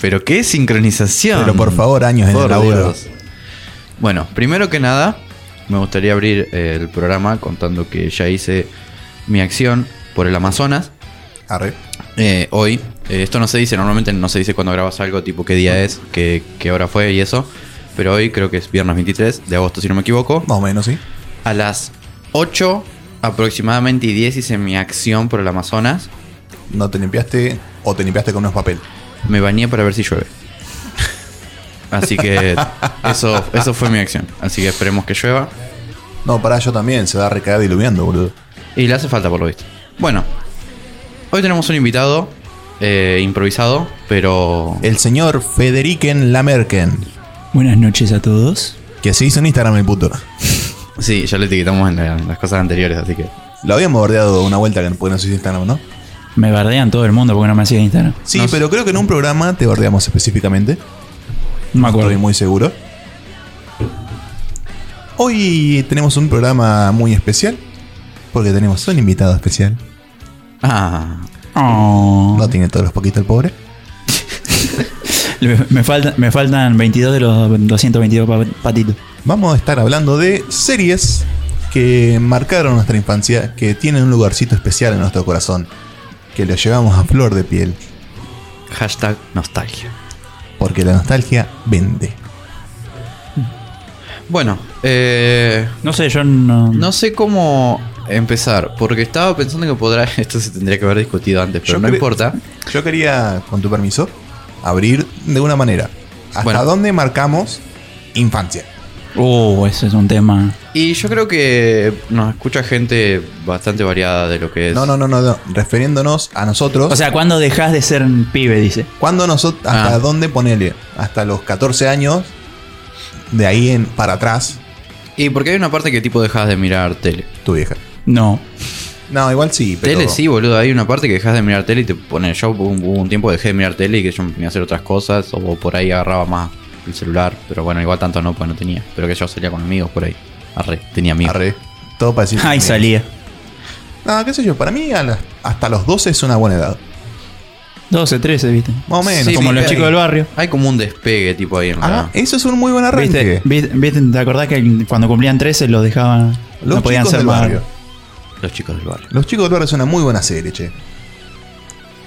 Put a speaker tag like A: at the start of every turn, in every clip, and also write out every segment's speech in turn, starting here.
A: Pero qué sincronización.
B: Pero por favor, años
A: Por
B: en el laburo.
A: Dios. Bueno, primero que nada, me gustaría abrir eh, el programa contando que ya hice mi acción por el Amazonas.
B: Arre.
A: eh, hoy, Eh, esto no se dice, normalmente no se dice cuando grabas algo, tipo qué día es, qué, qué hora fue y eso. Pero hoy creo que es viernes 23 de agosto, si no me equivoco.
B: Más o menos, sí.
A: A las 8 aproximadamente y 10 hice mi acción por el Amazonas.
B: No te limpiaste o te limpiaste con unos papel.
A: Me bañé para ver si llueve. Así que eso, eso fue mi acción. Así que esperemos que llueva.
B: No, pará, yo también. Se va a recaer diluviando, boludo.
A: Y le hace falta por lo visto. Bueno, hoy tenemos un invitado eh, improvisado, pero
B: El señor Federiken Lamerken.
C: Buenas noches a todos.
B: Que se hizo en Instagram el puto.
A: sí, ya lo etiquetamos en, la- en las cosas anteriores, así que
B: Lo habíamos bordeado una vuelta que porque no se hizo Instagram, ¿no?
C: Me bardean todo el mundo porque no me hacía Instagram.
B: Sí,
A: Nos-
B: pero creo que en un programa te bordeamos específicamente.
C: No me
B: Estoy
C: acuerdo.
B: muy seguro. Hoy tenemos un programa muy especial. Porque tenemos un invitado especial.
A: ah,
C: Oh.
B: No tiene todos los poquitos el pobre.
C: Le- Me, falta- me faltan 22 de los 222 pa- patitos.
B: Vamos a estar hablando de series que marcaron nuestra infancia, que tienen un lugarcito especial en nuestro corazón, que lo llevamos a flor de piel,
A: hashtag nostalgia.
B: porque la nostalgia vende.
A: Bueno, eh,
C: No sé, yo no.
A: no sé cómo empezar, porque estaba pensando que podrá, esto se tendría que haber discutido antes, pero
B: Yo
A: no
B: cre-
A: importa.
B: Yo quería, con tu permiso, abrir de una manera. ¿Hasta
A: Bueno.
B: dónde marcamos infancia?
C: Oh, ese es un tema.
A: Y yo creo que nos escucha gente bastante variada de lo que es.
B: No, no, no, no, no. refiriéndonos a nosotros.
C: O sea, ¿cuándo dejas de ser un pibe? Dice.
B: ¿cuándo nosotros, hasta
A: Ah.
B: dónde ponerle? Hasta los 14 años, de ahí en para atrás,
A: Y porque hay una parte que tipo dejas de mirar tele.
B: tu vieja.
C: No.
B: No, igual sí, pero...
A: Tele sí, boludo. Hay una parte que dejas de mirar tele y te pone. Yo hubo un, hubo un tiempo que dejé de mirar tele y que yo me ponía a hacer otras cosas. O por ahí agarraba más el celular. Pero bueno, igual tanto no, pues no tenía. Pero que yo salía con amigos por ahí. Arre, tenía amigos.
B: Arre. Todo para decir...
C: Ay,
B: Mira.
C: salía.
B: No, qué sé yo, para mí a las- hasta los 12 es una buena edad.
C: 12, 13, viste.
B: Más o menos.
A: Sí,
C: Como
A: sí,
C: los
A: sí.
C: chicos del barrio.
A: Hay como un despegue tipo ahí en
B: Ah,
A: la.
B: eso es un muy buen arranque.
C: ¿Viste? ¿Viste? ¿Viste? ¿Te acordás que cuando cumplían 13 los dejaban.
B: Los
C: no podían
B: chicos
C: ser
B: del
C: más.
B: barrio.
A: Los chicos del barrio.
B: Los chicos del barrio es una muy buena serie, che.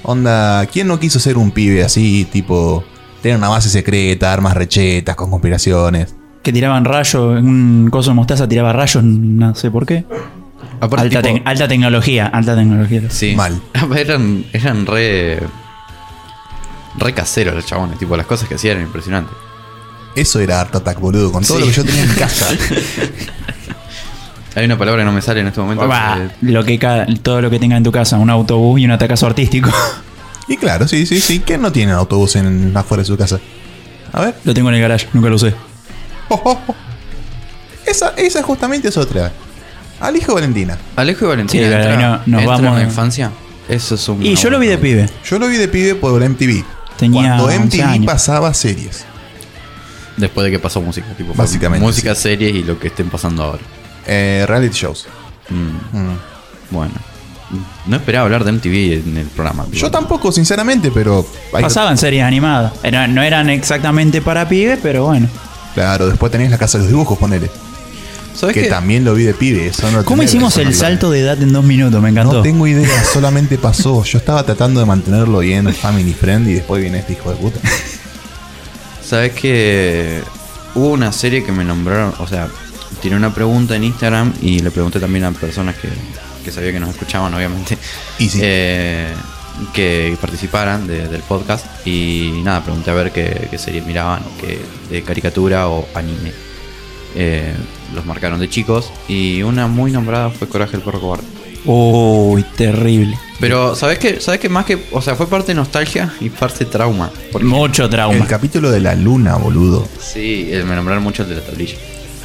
B: Onda, ¿quién no quiso ser un pibe así, tipo, tener una base secreta, armas rechetas, con conspiraciones?
C: Que tiraban rayos. Un coso de mostaza tiraba rayos, no sé por qué.
A: Aparte,
C: Alta,
A: tipo,
C: tec- alta tecnología, alta tecnología.
A: sí.
B: Mal.
A: eran, eran re. Re caseros los chabones. Tipo, las cosas que hacían eran impresionantes.
B: Eso era Art Attack, boludo, con todo
A: Sí.
B: lo que yo tenía en casa.
A: Hay una palabra que no me sale en este momento.
C: Bah,
A: que-
C: lo que ca- todo lo que tenga en tu casa, un autobús y un atacazo artístico.
B: y claro, sí, sí, sí. ¿Quién no tiene autobús en, afuera de su casa? A ver. Oh,
C: lo tengo en el garage, nunca lo usé.
B: Esa, esa justamente es otra. Al hijo de Valentina.
A: Alejo y Valentina.
C: Sí, pero
A: entra-
C: ahí no- nos
A: entra en
C: vamos-
A: la infancia. Eso es un.
C: Y yo lo vi de pibe.
B: Yo lo vi de pibe por MTV.
C: Tenía
B: cuando
C: 11
B: MTV
C: años.
B: pasaba series.
A: Después de que pasó música, tipo. fue
B: Básicamente,
A: Música, series y lo que estén pasando ahora.
B: Eh, reality shows.
A: Mm,
B: Mm.
A: bueno. No esperaba hablar de MTV en el programa.
B: Yo tampoco, sinceramente, pero. hay-
C: Pasaban series animadas. Era- no eran exactamente para pibes, pero bueno.
B: Claro, después tenés la casa de los dibujos, ponele.
A: ¿Sabes
B: que
A: qué?
B: también lo vi de pibe. Eso no
C: ¿Cómo
B: tenés
C: hicimos
B: razón,
C: el
B: no.
C: salto de edad en dos minutos? Me encantó.
B: No tengo idea, solamente pasó. Yo estaba tratando de mantenerlo bien family friend y después viene este hijo de puta.
A: ¿Sabes que hubo una serie que me nombraron? O sea, tiré una pregunta en Instagram y le pregunté también a personas que, que sabía que nos escuchaban, obviamente,
B: Y sí.
A: eh, que participaran de- del podcast. Y nada, pregunté a ver qué, qué serie miraban, que, de caricatura o anime. Eh, los marcaron de chicos y una muy nombrada fue Coraje el Perro Cobarde.
C: Uy, terrible.
A: Pero, ¿sabes qué? ¿Sabes qué más que.? O sea, fue parte nostalgia y parte trauma. Porque,
C: Mucho trauma.
B: El capítulo de la luna, boludo.
A: sí, eh, me nombraron mucho el de la tablilla.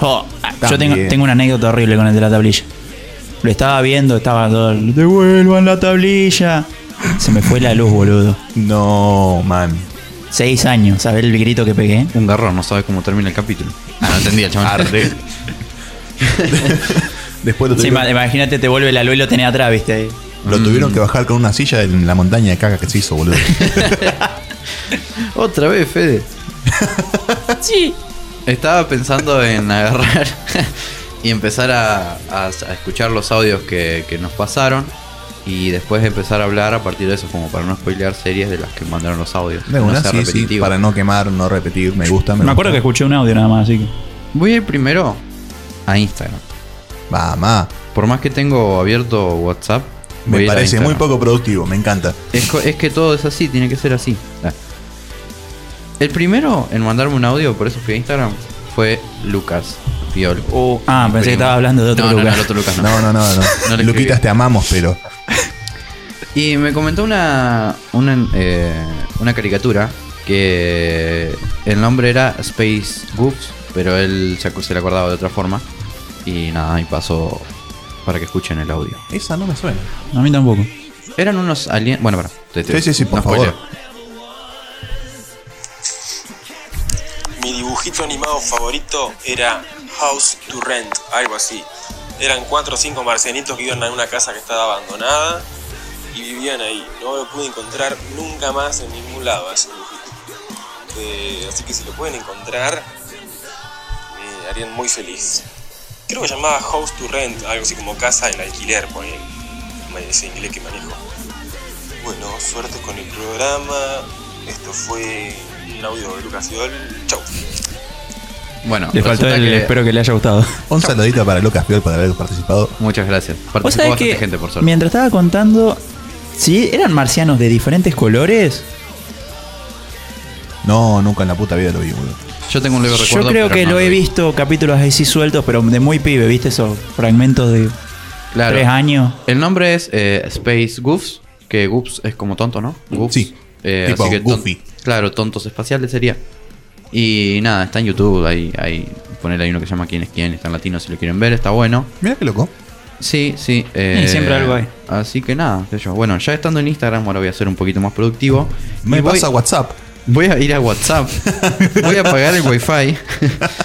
C: Oh, ah, yo
B: También.
C: tengo, tengo una anécdota horrible con el de la tablilla. Lo estaba viendo, estaba todo. el, ¡Devuelvan la tablilla! Se me fue la luz, boludo.
B: No, man.
C: Seis años, ¿sabes el grito que pegué?
A: Un garrón, no sabe cómo termina el capítulo. Ah, no entendía, chaval.
B: Arde. después lo
C: Sí,
B: tuvieron,
C: ma- imagínate, te vuelve la luz y lo tenés atrás, viste.
A: Mm.
B: lo tuvieron que bajar con una silla en la montaña de caca que se hizo, boludo.
A: Otra
B: Eh,
A: vez, Fede.
C: Sí.
A: Estaba pensando en agarrar y empezar a, a- a escuchar los audios que, que nos pasaron y después empezar a hablar a partir de eso, como para no spoilear series de las que mandaron los audios.
B: De
A: no
B: una,
A: ser
B: sí, sí,
A: repetitivo.
B: para no quemar, no repetir, me gusta.
C: Me acuerdo que escuché un audio nada más, así que.
A: Voy a ir primero a Instagram.
B: Mamá,
A: Por más que tengo abierto WhatsApp, voy a
B: me
A: ir a
B: parece muy
A: Instagram.
B: poco productivo, me encanta.
A: Es, co- es que todo es así, tiene que ser así. Ah. El primero en mandarme un audio, por eso fui a Instagram, fue Lucas Fiol.
C: ah,
A: mi
C: pensé que
A: primo.
C: estaba hablando de otro
A: No, no,
C: Lucas.
A: no, el otro Lucas no.
B: No, no, no, no.
A: No le
B: Luquitas,
A: escribí.
B: te amamos, pero.
A: Y me comentó una, una, eh, una caricatura que el nombre era Space Goofs, pero él se, acu- se le acordaba de otra forma. Y nada, y pasó para que escuchen el audio.
B: Esa no me suena.
C: A mí tampoco.
A: Eran unos aliens... Bueno, para.
B: Sí, sí, sí, por favor.
D: Mi dibujito animado favorito era House to Rent, algo así. Eran cuatro o cinco marcianitos que iban a una casa que estaba abandonada y vivían ahí. No lo pude encontrar nunca más en ningún lado a ese dibujito. Eh, así que si lo pueden encontrar, me harían muy feliz. Creo que llamaba House to Rent, algo así como casa en alquiler, por ahí. Ese inglés que manejo. Bueno, suerte con el programa. Esto fue un audio de Lucas Iol. Chau.
A: Bueno,
C: Le faltó
A: resulta
C: el.
A: que-
C: Espero que le haya gustado.
B: Un saludito para Lucas Fiol por haber participado.
A: Muchas gracias.
C: ¿Vos
A: Participó
C: sabés
A: bastante
C: que
A: gente, por suerte.
C: mientras estaba contando, si eran marcianos de diferentes colores,
B: No, nunca en la puta vida lo vi, boludo.
A: Yo tengo un leve recuerdo.
C: yo creo
A: pero
C: que
A: no
C: lo he
A: vi.
C: visto capítulos así sueltos, pero de muy pibe, ¿viste? Esos fragmentos de
A: Claro.
C: tres años.
A: El nombre es eh, Space Goofs, que Goofs es como tonto, ¿no? Goofs.
B: Sí.
A: Eh,
B: Tipo
A: así que ton-
B: Goofy.
A: Claro, tontos espaciales sería. Y nada, está en YouTube, ahí, ahí poner ahí uno que se llama quién es quién, está en latino si lo quieren ver, está bueno.
B: Mira qué loco.
A: Sí, sí. eh,
C: Y siempre algo hay.
A: Así que nada, qué sé yo. Bueno, ya estando en Instagram, ahora voy a ser un poquito más productivo.
B: Me
A: Y voy-
B: pasa WhatsApp.
A: Voy a ir a WhatsApp. Voy a apagar el wifi.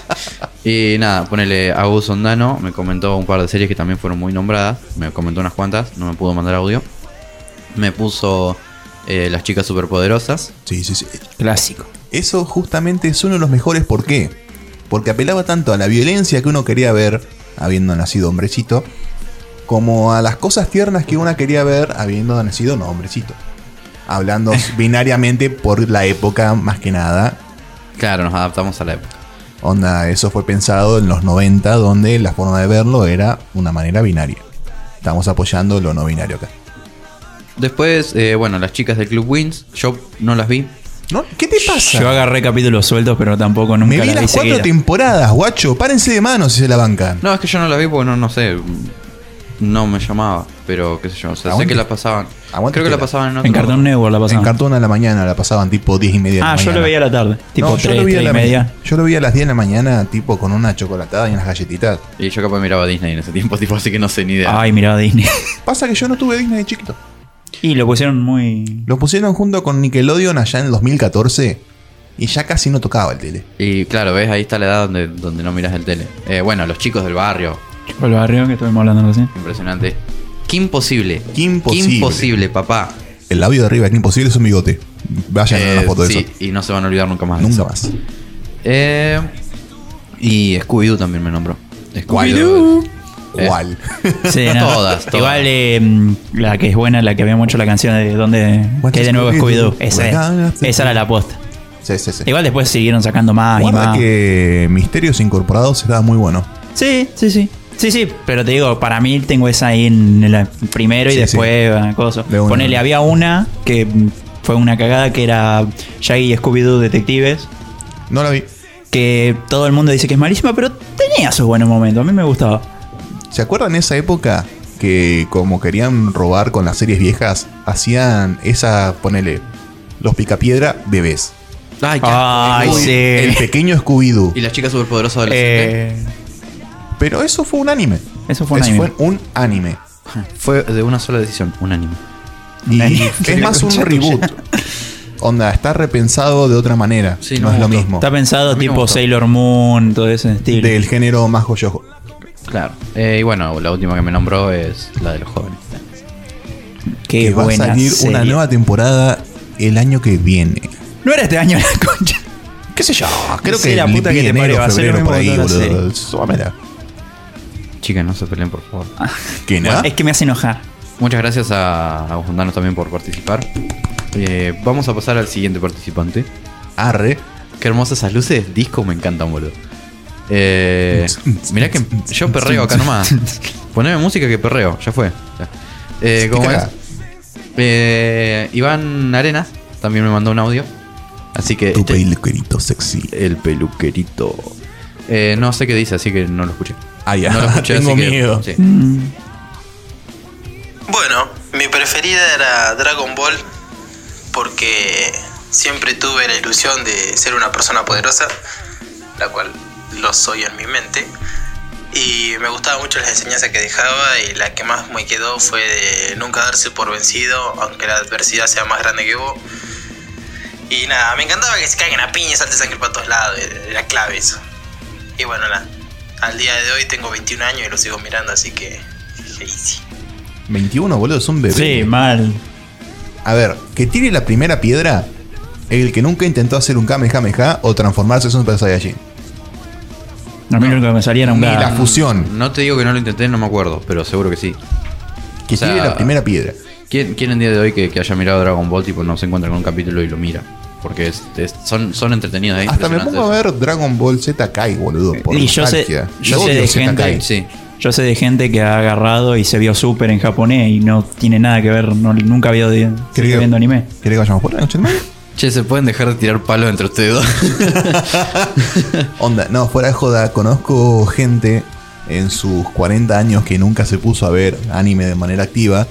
A: y nada, ponele a Agus Ondano. Me comentó un par de series que también fueron muy nombradas. Me comentó unas cuantas. No me pudo mandar audio. Me puso eh, Las chicas superpoderosas.
B: Sí, sí, sí.
C: Clásico.
B: Eso justamente es uno de los mejores. ¿Por qué? Porque apelaba tanto a la violencia que uno quería ver, habiendo nacido hombrecito, como a las cosas tiernas que una quería ver, habiendo nacido no hombrecito. Hablando binariamente por la época, más que nada.
A: Claro, nos adaptamos a la época.
B: Onda, eso fue pensado en los 90, donde la forma de verlo era una manera binaria. Estamos apoyando lo no binario acá.
A: Después, eh, bueno, las chicas del Club Wins. Yo no las vi.
B: ¿No? ¿Qué te pasa?
C: Yo agarré capítulos sueltos, pero tampoco
B: Me
C: nunca
B: vi
C: las vi
B: las cuatro
C: seguidas.
B: temporadas, guacho. Párense de manos si se la bancan.
A: No, es que yo no las vi porque no, no sé. No me llamaba. Pero qué sé yo. O sea, sé
B: Aguante.
A: que las pasaban.
B: Aguante
A: Creo que
B: tela.
A: las pasaban en otro.
C: En Cartoon Network la
B: En
C: pasaban.
B: Cartoon a la mañana la pasaban tipo 10 y media. de la
C: ah, yo
B: mañana.
C: lo veía a la tarde, tipo
B: No, yo lo
C: 3,
B: vi a
C: 3
B: la
C: y
B: ma-
C: media.
B: Yo lo vi a las 10 de la mañana, tipo con una chocolatada y unas galletitas.
A: Y yo capaz miraba Disney en ese tiempo, tipo, así que no sé ni
B: Ah.
A: idea.
C: Ay, miraba Disney.
B: Pasa que yo no tuve Disney de chiquito.
C: y lo pusieron muy.
B: Lo pusieron junto con Nickelodeon allá en el 2014 y ya casi no tocaba el tele.
A: Y claro, ves, ahí está la edad donde, donde no miras el tele. Eh, bueno, los chicos del barrio,
C: Con el barrio que estuvimos hablando recién.
A: impresionante. Qué imposible.
B: Qué imposible.
A: Qué imposible, papá.
B: El labio de arriba, que imposible es un bigote. Vayan a ver
A: Eh,
B: una foto de
A: sí,
B: eso.
A: y no se van a olvidar nunca más. de
B: Nunca
A: eso.
B: más.
A: Eh, y Scooby-Doo también me nombró.
B: Scooby-Doo.
A: Eh.
B: ¿Cuál?
C: Sí,
A: No
C: no.
A: todas, todas.
C: Igual eh, mm, la que es buena, la que habíamos hecho la canción de donde que hay de nuevo
B: Scooby-Doo?
C: Scooby-Doo. Esa es.
B: Regálaste-
C: Esa era la aposta.
B: sí, sí, sí.
C: Igual después siguieron sacando más y
B: Guarda
C: más.
B: que Misterios Incorporados estaba muy bueno.
C: Sí, sí, sí. Sí, sí, pero te digo, para mí tengo esa ahí en el primero y
B: Sí,
C: después eh, cosa.
B: De una.
C: Ponele, había una que mm, fue una cagada que era Shaggy y Scooby-Doo Detectives.
B: No la vi.
C: que todo el mundo dice que es malísima, pero tenía sus buenos momentos. A mí me gustaba.
B: ¿Se acuerdan esa época que como querían robar con las series viejas, hacían esa, ponele, los picapiedra bebés?
A: Ay, qué
C: Ay,
A: asco, Scooby-Doo.
C: sí.
B: El pequeño Scooby-Doo.
A: Y las chicas superpoderosas de la
C: Eh,
B: Pero eso fue un anime.
C: Eso fue un
B: Eso
C: anime.
B: fue un anime.
A: Fue de una sola decisión, unánime.
B: Y
C: anime.
B: es más un reboot. Onda, está repensado de otra manera.
A: Sí,
B: no,
A: no
B: es lo
A: me gustó.
B: mismo.
C: Está pensado
A: A mí no me
C: tipo
A: gustó.
C: Sailor Moon, todo ese estilo.
B: Del género más joyojo.
A: Claro. Eh, y bueno, la última que me nombró es la de los jóvenes.
C: Qué
B: Que va a
C: buena
B: salir
C: serie.
B: una nueva temporada el año que viene.
C: No era este año la concha.
B: ¿Qué sé yo? Creo
C: Sí,
B: que
C: la puta que te
B: enero,
C: parió, va a ser lo
B: febrero, por ahí,
C: mismo con todas las
B: boludo. Súbamela.
A: Chicas, no se peleen, por favor.
B: ¿Qué nada?
C: Es que me hace enojar.
A: Muchas gracias a a Gundano también por participar. Eh, vamos a pasar al siguiente participante.
B: Arre.
A: Qué hermosas esas luces, disco me encantan, boludo. Eh, mirá que yo perreo acá nomás. Poneme música que perreo, ya fue. Ya. Eh, ¿cómo
B: Te
A: es?
B: caga.
A: Eh, Iván Arenas también me mandó un audio. Así que.
B: Tu
A: este-
B: peluquerito sexy.
A: el peluquerito. Eh, no sé qué dice, así que no lo escuché.
B: Ah, ya.
A: No lo escuché,
B: Tengo
A: así que-
B: miedo.
A: sí.
E: Bueno, mi preferida era Dragon Ball porque siempre tuve la ilusión de ser una persona poderosa, la cual lo soy en mi mente. Y me gustaba mucho las enseñanzas que dejaba y la que más me quedó fue de nunca darse por vencido, aunque la adversidad sea más grande que vos. Y nada, me encantaba que se caigan a piña y salte sangre para todos lados, era clave eso. Y bueno, nada, al día de hoy tengo 21 años y lo sigo mirando, así que... Easy.
B: 21, boludo, es un bebé.
C: Sí, mal.
B: A ver, que tire la primera piedra el que nunca intentó hacer un Kamehameha o transformarse en un Super Saiyajin.
C: A mí lo único que me salía era un
B: Ni la
C: gato.
B: fusión.
A: No te digo que no lo intenté, no me acuerdo, pero seguro que sí.
B: Que
A: O sea,
B: tire la primera piedra.
A: ¿Quién, quién en día de hoy que, que haya mirado Dragon Ball tipo no se encuentra con un capítulo y lo mira? Porque es- es- son, son entretenidos ahí.
B: Hasta me pongo a ver Dragon Ball Z Kai, boludo. Por
C: Y yo sé,
B: nostalgia.
C: yo sé
B: Odio
C: de
B: Zeta Kai.
C: gente,
A: sí.
C: yo sé de gente que ha agarrado y se vio súper en japonés y no tiene nada que ver, no- nunca había de- sigue
B: Creo-
C: viendo anime.
B: ¿Querés que vayamos por la noche, hermano?
A: Che, ¿se pueden dejar de tirar palos entre ustedes dos?
B: Onda, no, fuera de joda, conozco gente en sus 40 años que nunca se puso a ver anime de manera activa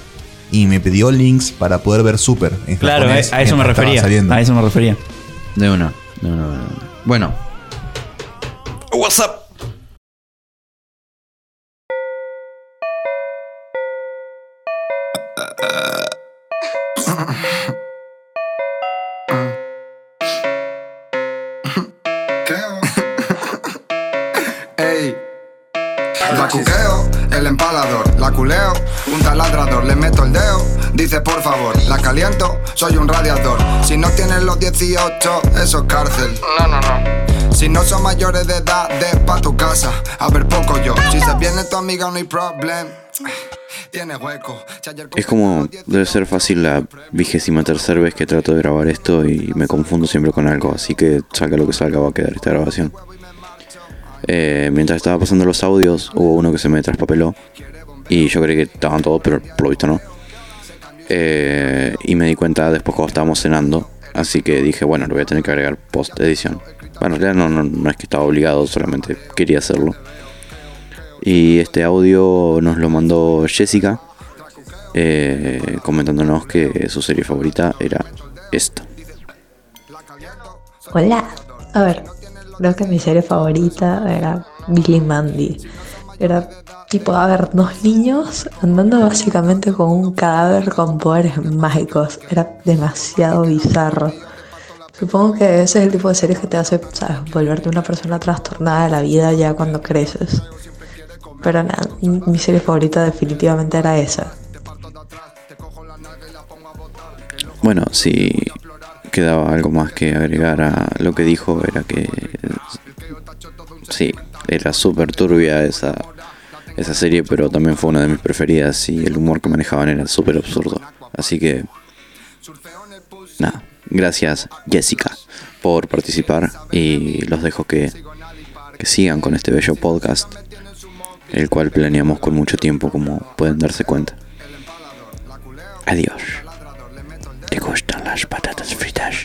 B: y me pidió links para poder ver Super. en
C: Claro,
B: japonés,
C: a, a eso me
B: mientras estaba
C: refería.
B: saliendo.
C: A eso me refería.
A: De una, de una, de una. Bueno. WhatsApp.
F: Ey. La cuqueo, el empalador, la culeo, un taladrador, le meto el dedo, dice por favor, la caliento, soy un radiador. Si no tienes los 18, eso es cárcel. No, no, no. Si no son mayores de edad, de pa' tu casa, a ver poco yo. Si se viene tu amiga, no hay problem. Tiene hueco. Si ayer
G: Es como, debe ser fácil la vigésima tercera vez que trato de grabar esto y me confundo siempre con algo, así que salga lo que salga va a quedar esta grabación. Eh, mientras estaba pasando los audios hubo uno que se me traspapeló y yo creí que estaban todos, pero por lo visto no. Eh, y me di cuenta después cuando estábamos cenando, así que dije, bueno, lo voy a tener que agregar post edición. Bueno, en realidad no, no, no es que estaba obligado, solamente quería hacerlo. Y este audio nos lo mandó Jessica eh, comentándonos que su serie favorita era esta.
H: Hola. A ver, creo que mi serie favorita era Billy Mandy. Era tipo, a ver, dos niños andando básicamente con un cadáver con poderes mágicos. Era demasiado bizarro. Supongo que ese es el tipo de serie que te hace, ¿sabes? Volverte una persona trastornada de la vida ya cuando creces. Pero nada, mi mi serie favorita definitivamente era esa.
G: Bueno, si quedaba algo más que agregar a lo que dijo, era que sí, era súper turbia esa, esa serie, pero también fue una de mis preferidas y el humor que manejaban era súper absurdo. Así que, nada, gracias Jessica por participar y los dejo que, que sigan con este bello podcast, el cual planeamos con mucho tiempo, como pueden darse cuenta. Adiós. ¿Te gustan las patatas fritas?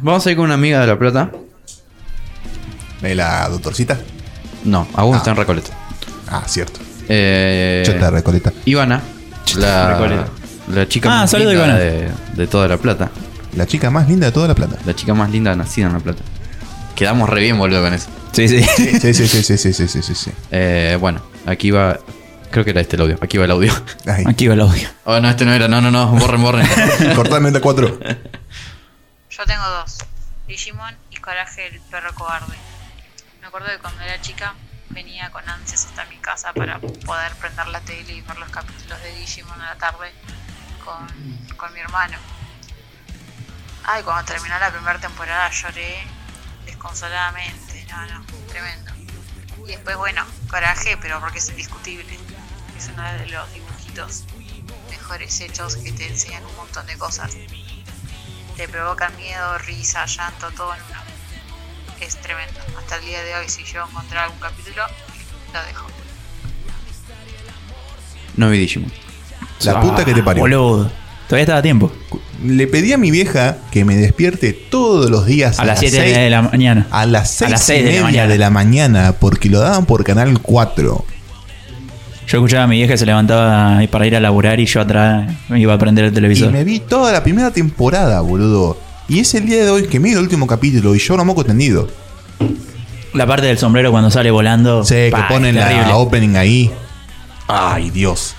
A: Vamos a ir con una amiga de La Plata.
B: ¿De la doctorcita?
A: No, aún
B: Ah.
A: está en Recoleta.
B: Ah, cierto.
A: Eh,
B: Chota Recoleta.
A: Ivana. La,
C: Recoleta.
A: la chica
C: Ah,
A: más
C: saludo,
A: linda
C: Ivana.
A: de, de toda La Plata.
B: La chica más linda de toda la plata.
A: La chica más linda nacida en La Plata. Quedamos re bien, boludo, con eso.
C: Sí, sí.
B: Sí, sí, sí, sí, sí, sí, sí, sí, sí, sí.
A: Eh, bueno, aquí va. Creo que era este el audio. Aquí va el audio.
B: Ay,
C: Aquí va el audio.
A: Oh, no, este no era. No, no, no. Borren, borren.
B: cortame la cuatro.
I: Yo tengo dos, Digimon y Coraje el perro cobarde. Me acuerdo que cuando era chica venía con ansias hasta mi casa para poder prender la tele y ver los capítulos de Digimon a la tarde con, con mi hermano. Ay, cuando terminó la primera temporada lloré desconsoladamente. No, no, tremendo. Y después, bueno, coraje, pero porque es indiscutible. Es uno de los dibujitos mejores hechos que te enseñan un montón de cosas. Te provoca miedo, risa, llanto, todo en uno. Es tremendo. Hasta el día de hoy, si yo encontrar algún capítulo, lo dejo.
A: No vi Digimon.
B: La puta que te parió.
C: Ah, Boludo. Todavía estaba a tiempo.
B: Le pedí a mi vieja que me despierte todos los días
C: A las 7
B: seis-
C: de la mañana.
B: A las 6
C: A las seis
B: de, la mañana. de la mañana, porque lo daban por Canal 4.
C: Yo escuchaba a mi vieja que se levantaba para ir a laburar y yo atrás me iba a prender el
B: Y
C: televisor.
B: me vi toda la primera temporada, boludo. Y es el día de hoy que miro el último capítulo y yo no moco tendido.
C: La parte del sombrero cuando sale volando.
B: Sé que
C: pa,
B: ponen
C: terrible.
B: la opening ahí. Ay, Dios.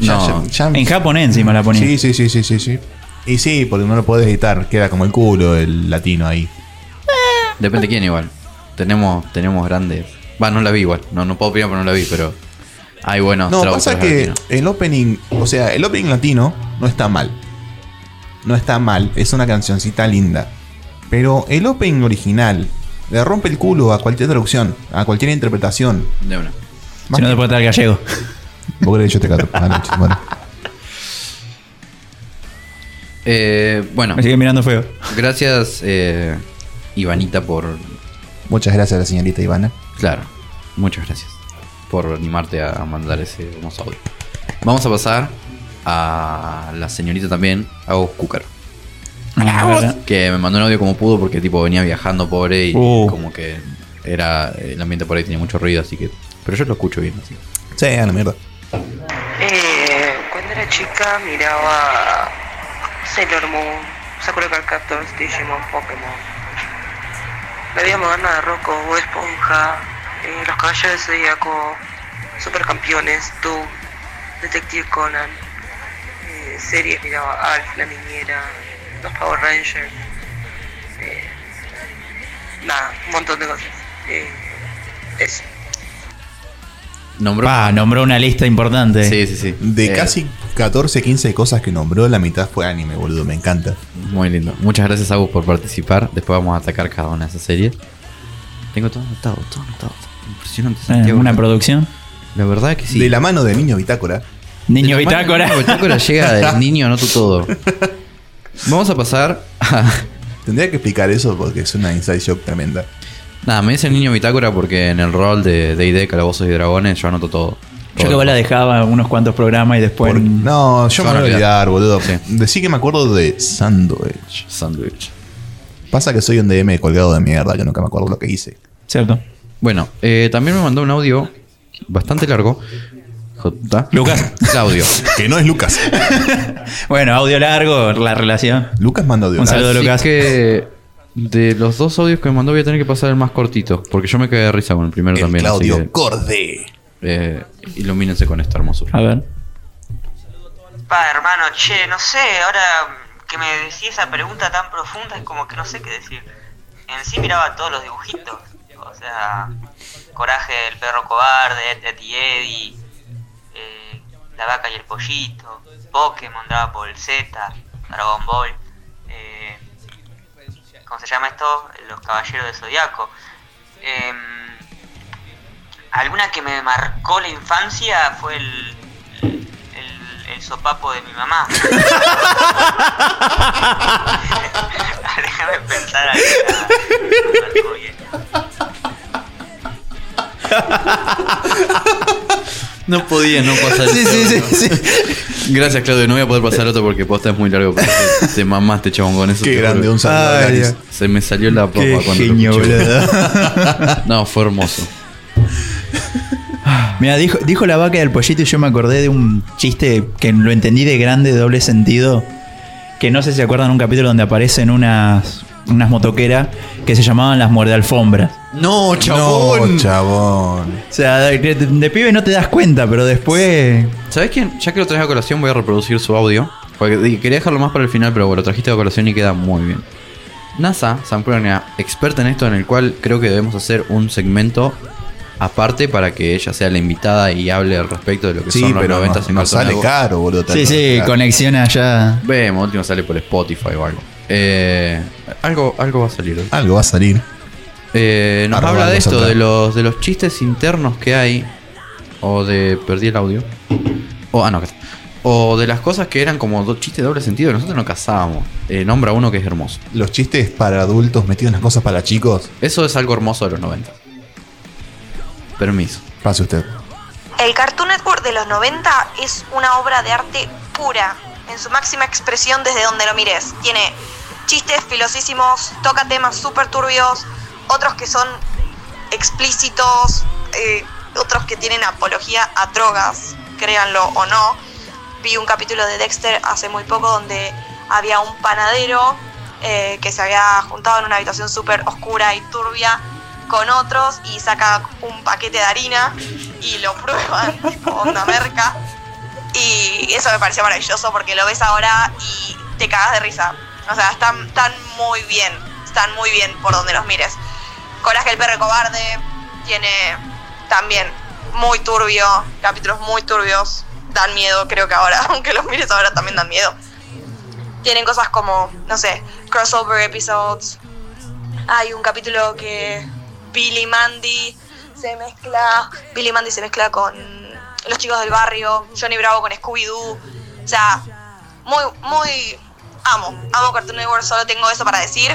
B: Ya-
A: No.
B: ya- ya-
C: En japonés encima la ponía.
B: Sí, sí, sí, sí, sí, sí. Y sí, porque no lo podés editar, queda como el culo el latino ahí.
A: Depende quién igual. Tenemos, tenemos grandes. Va, no la vi igual. No, no puedo opinar porque no la vi, pero. Hay buenos
B: No,
A: traductores
B: pasa que
A: argentinos.
B: el opening, o sea, el opening latino no está mal. No está mal, es una cancioncita linda. Pero el opening original le rompe el culo a cualquier traducción, a cualquier interpretación.
A: De una.
C: Si no te puede traer gallego.
B: Vos querés que yo te cato. Ah, no, chis- bueno.
A: Eh, bueno,
C: Me sigue mirando feo.
A: gracias, eh, Ivanita, por.
B: Muchas gracias a la señorita Ivana.
A: Claro, muchas gracias. Por animarte a mandar ese hermoso audio. Vamos a pasar a la señorita también, Agus Cúcar. Que me mandó un audio como pudo porque tipo venía viajando pobre y
C: Uh.
A: como que era el ambiente por ahí tenía mucho ruido, así que. Pero yo lo escucho bien, así.
B: Sí, a la mierda.
J: Eh, cuando era chica miraba Sailor Moon, Sakura Card Captors, Digimon, Pokémon. La vida moderna de Rocco, Bob Esponja, eh, Los Caballeros de Zodíaco, Supercampeones, Tú, Detective Conan. Eh, series miraba Alf, La Niñera, Los Power Rangers. eh, nada, un montón de cosas. Eh, eso.
A: Nombró.
C: Pa, nombró una lista importante.
A: Sí, sí, sí.
B: De
A: Eh,
B: casi 14, 15 cosas que nombró, la mitad fue anime, boludo, me encanta.
A: Muy lindo. Muchas gracias, Agus, por participar. Después vamos a atacar cada una de esas series. Tengo todo anotado, todo anotado. Impresionante,
C: Eh,
A: Santiago.
C: una producción.
A: La verdad que sí.
B: De la mano de Niño Bitácora.
C: Niño
A: De la mano
C: bitácora.
A: del Niño bitácora llega del niño, no tú todo. Vamos a pasar a...
B: Tendría que explicar eso porque es una inside joke tremenda.
A: Nada, me dice el niño bitácora porque en el rol de D&D, Calabozos y Dragones, yo anoto todo.
C: Yo que vos la dejaba unos cuantos programas y después.
B: Por- no, yo me
A: van a
B: voy a olvidar, boludo.
A: Sí.
B: Decí que me acuerdo de Sandwich.
A: Sandwich.
B: Pasa que soy un DM colgado de mierda, que nunca me acuerdo lo que hice.
C: Cierto.
A: Bueno, eh, también me mandó un audio bastante largo. J.
C: Lucas.
A: Claudio.
B: Que no es Lucas.
C: Bueno, audio largo, la relación.
B: Lucas manda de
C: Un saludo.
A: Así
C: Lucas.
A: que de los dos audios que me mandó voy a tener que pasar el más cortito, porque yo me quedé de risa con el primero
B: El
A: también. así
B: Claudio Corde.
A: que, eh, ilumínense con esta hermosura.
C: A ver.
J: Pa, hermano, che, no sé, ahora que me decís esa pregunta tan profunda es como que no sé qué decir. En sí miraba todos los dibujitos, o sea, Coraje, el perro cobarde, Ed, Ed y Eddie, eh, La vaca y el pollito, Pokémon, Dragon Ball Z, Dragon Ball, eh, ¿cómo se llama esto? Los Caballeros de Zodiaco. Em, alguna que me marcó la infancia fue el, el, el sopapo de mi mamá. Déjame pensar ahí. me marcó bien.
A: No podía no pasar sí, sí, sí, Gracias, Claudio. No voy a poder pasar otro porque posta es muy largo. pero te, te mamaste, chabón, con eso.
B: Qué
A: te juro
B: grande,
A: que
B: un saludo a Laris.
A: Se me salió la papa cuando lo escuché. No, fue hermoso.
C: Mira, dijo, dijo la vaca del pollito y yo me acordé de un chiste que lo entendí de grande, de doble sentido. Que no sé si se acuerdan un capítulo donde aparecen unas, unas motoqueras que se llamaban las muerde alfombras.
B: No,
A: No,
B: chabón.
C: O sea, de, de- de pibe no te das cuenta, pero después.
A: ¿Sabes quién? Ya que lo traje a colación, voy a reproducir su audio. Porque di- quería dejarlo más para el final, pero bueno, lo trajiste a colación y queda muy bien. NASA, San Colonia, experta en esto, en el cual creo que debemos hacer un segmento aparte para que ella sea la invitada y hable al respecto de lo que
B: Sí,
A: son los
B: pero
A: 90
B: no, no sale caro, boludo. tal
C: Sí,
B: cosa,
C: sí,
B: claro.
C: conexión allá.
A: Vemos, último sale por Spotify o algo. Eh, algo, algo va a salir. hoy.
B: Algo va a salir.
A: Eh, nos
B: Arroba
A: habla de
B: algo
A: esto,
B: saldrá.
A: de los, de los chistes internos que hay. O de. Perdí el audio. O, ah, no, acá está. O de las cosas que eran como do- chistes de doble sentido. Nosotros no cazábamos. Eh, nombra uno que es hermoso.
B: Los chistes para adultos metidos en las cosas para chicos.
A: Eso es algo hermoso de los 90. Permiso.
B: Pase usted.
K: El Cartoon Network de los 90 es una obra de arte pura, en su máxima expresión desde donde lo mires. Tiene chistes filosísimos, toca temas súper turbios, otros que son explícitos, eh, otros que tienen apología a drogas, créanlo o no. Vi un capítulo de Dexter hace muy poco donde había un panadero eh, que se había juntado en una habitación súper oscura y turbia con otros y saca un paquete de harina y lo prueban, tipo onda merca. Y eso me pareció maravilloso porque lo ves ahora y te cagas de risa. O sea, están, están muy bien, están muy bien por donde los mires. Coraje el perro cobarde tiene también muy turbio, capítulos muy turbios, dan miedo creo que ahora, aunque los mires ahora también dan miedo. Tienen cosas como, no sé, crossover episodes. Hay un capítulo que Billy Mandy se mezcla, Billy Mandy se mezcla con los chicos del barrio, Johnny Bravo con Scooby-Doo. O sea, muy, muy. Amo, amo Cartoon Network, solo tengo eso para decir.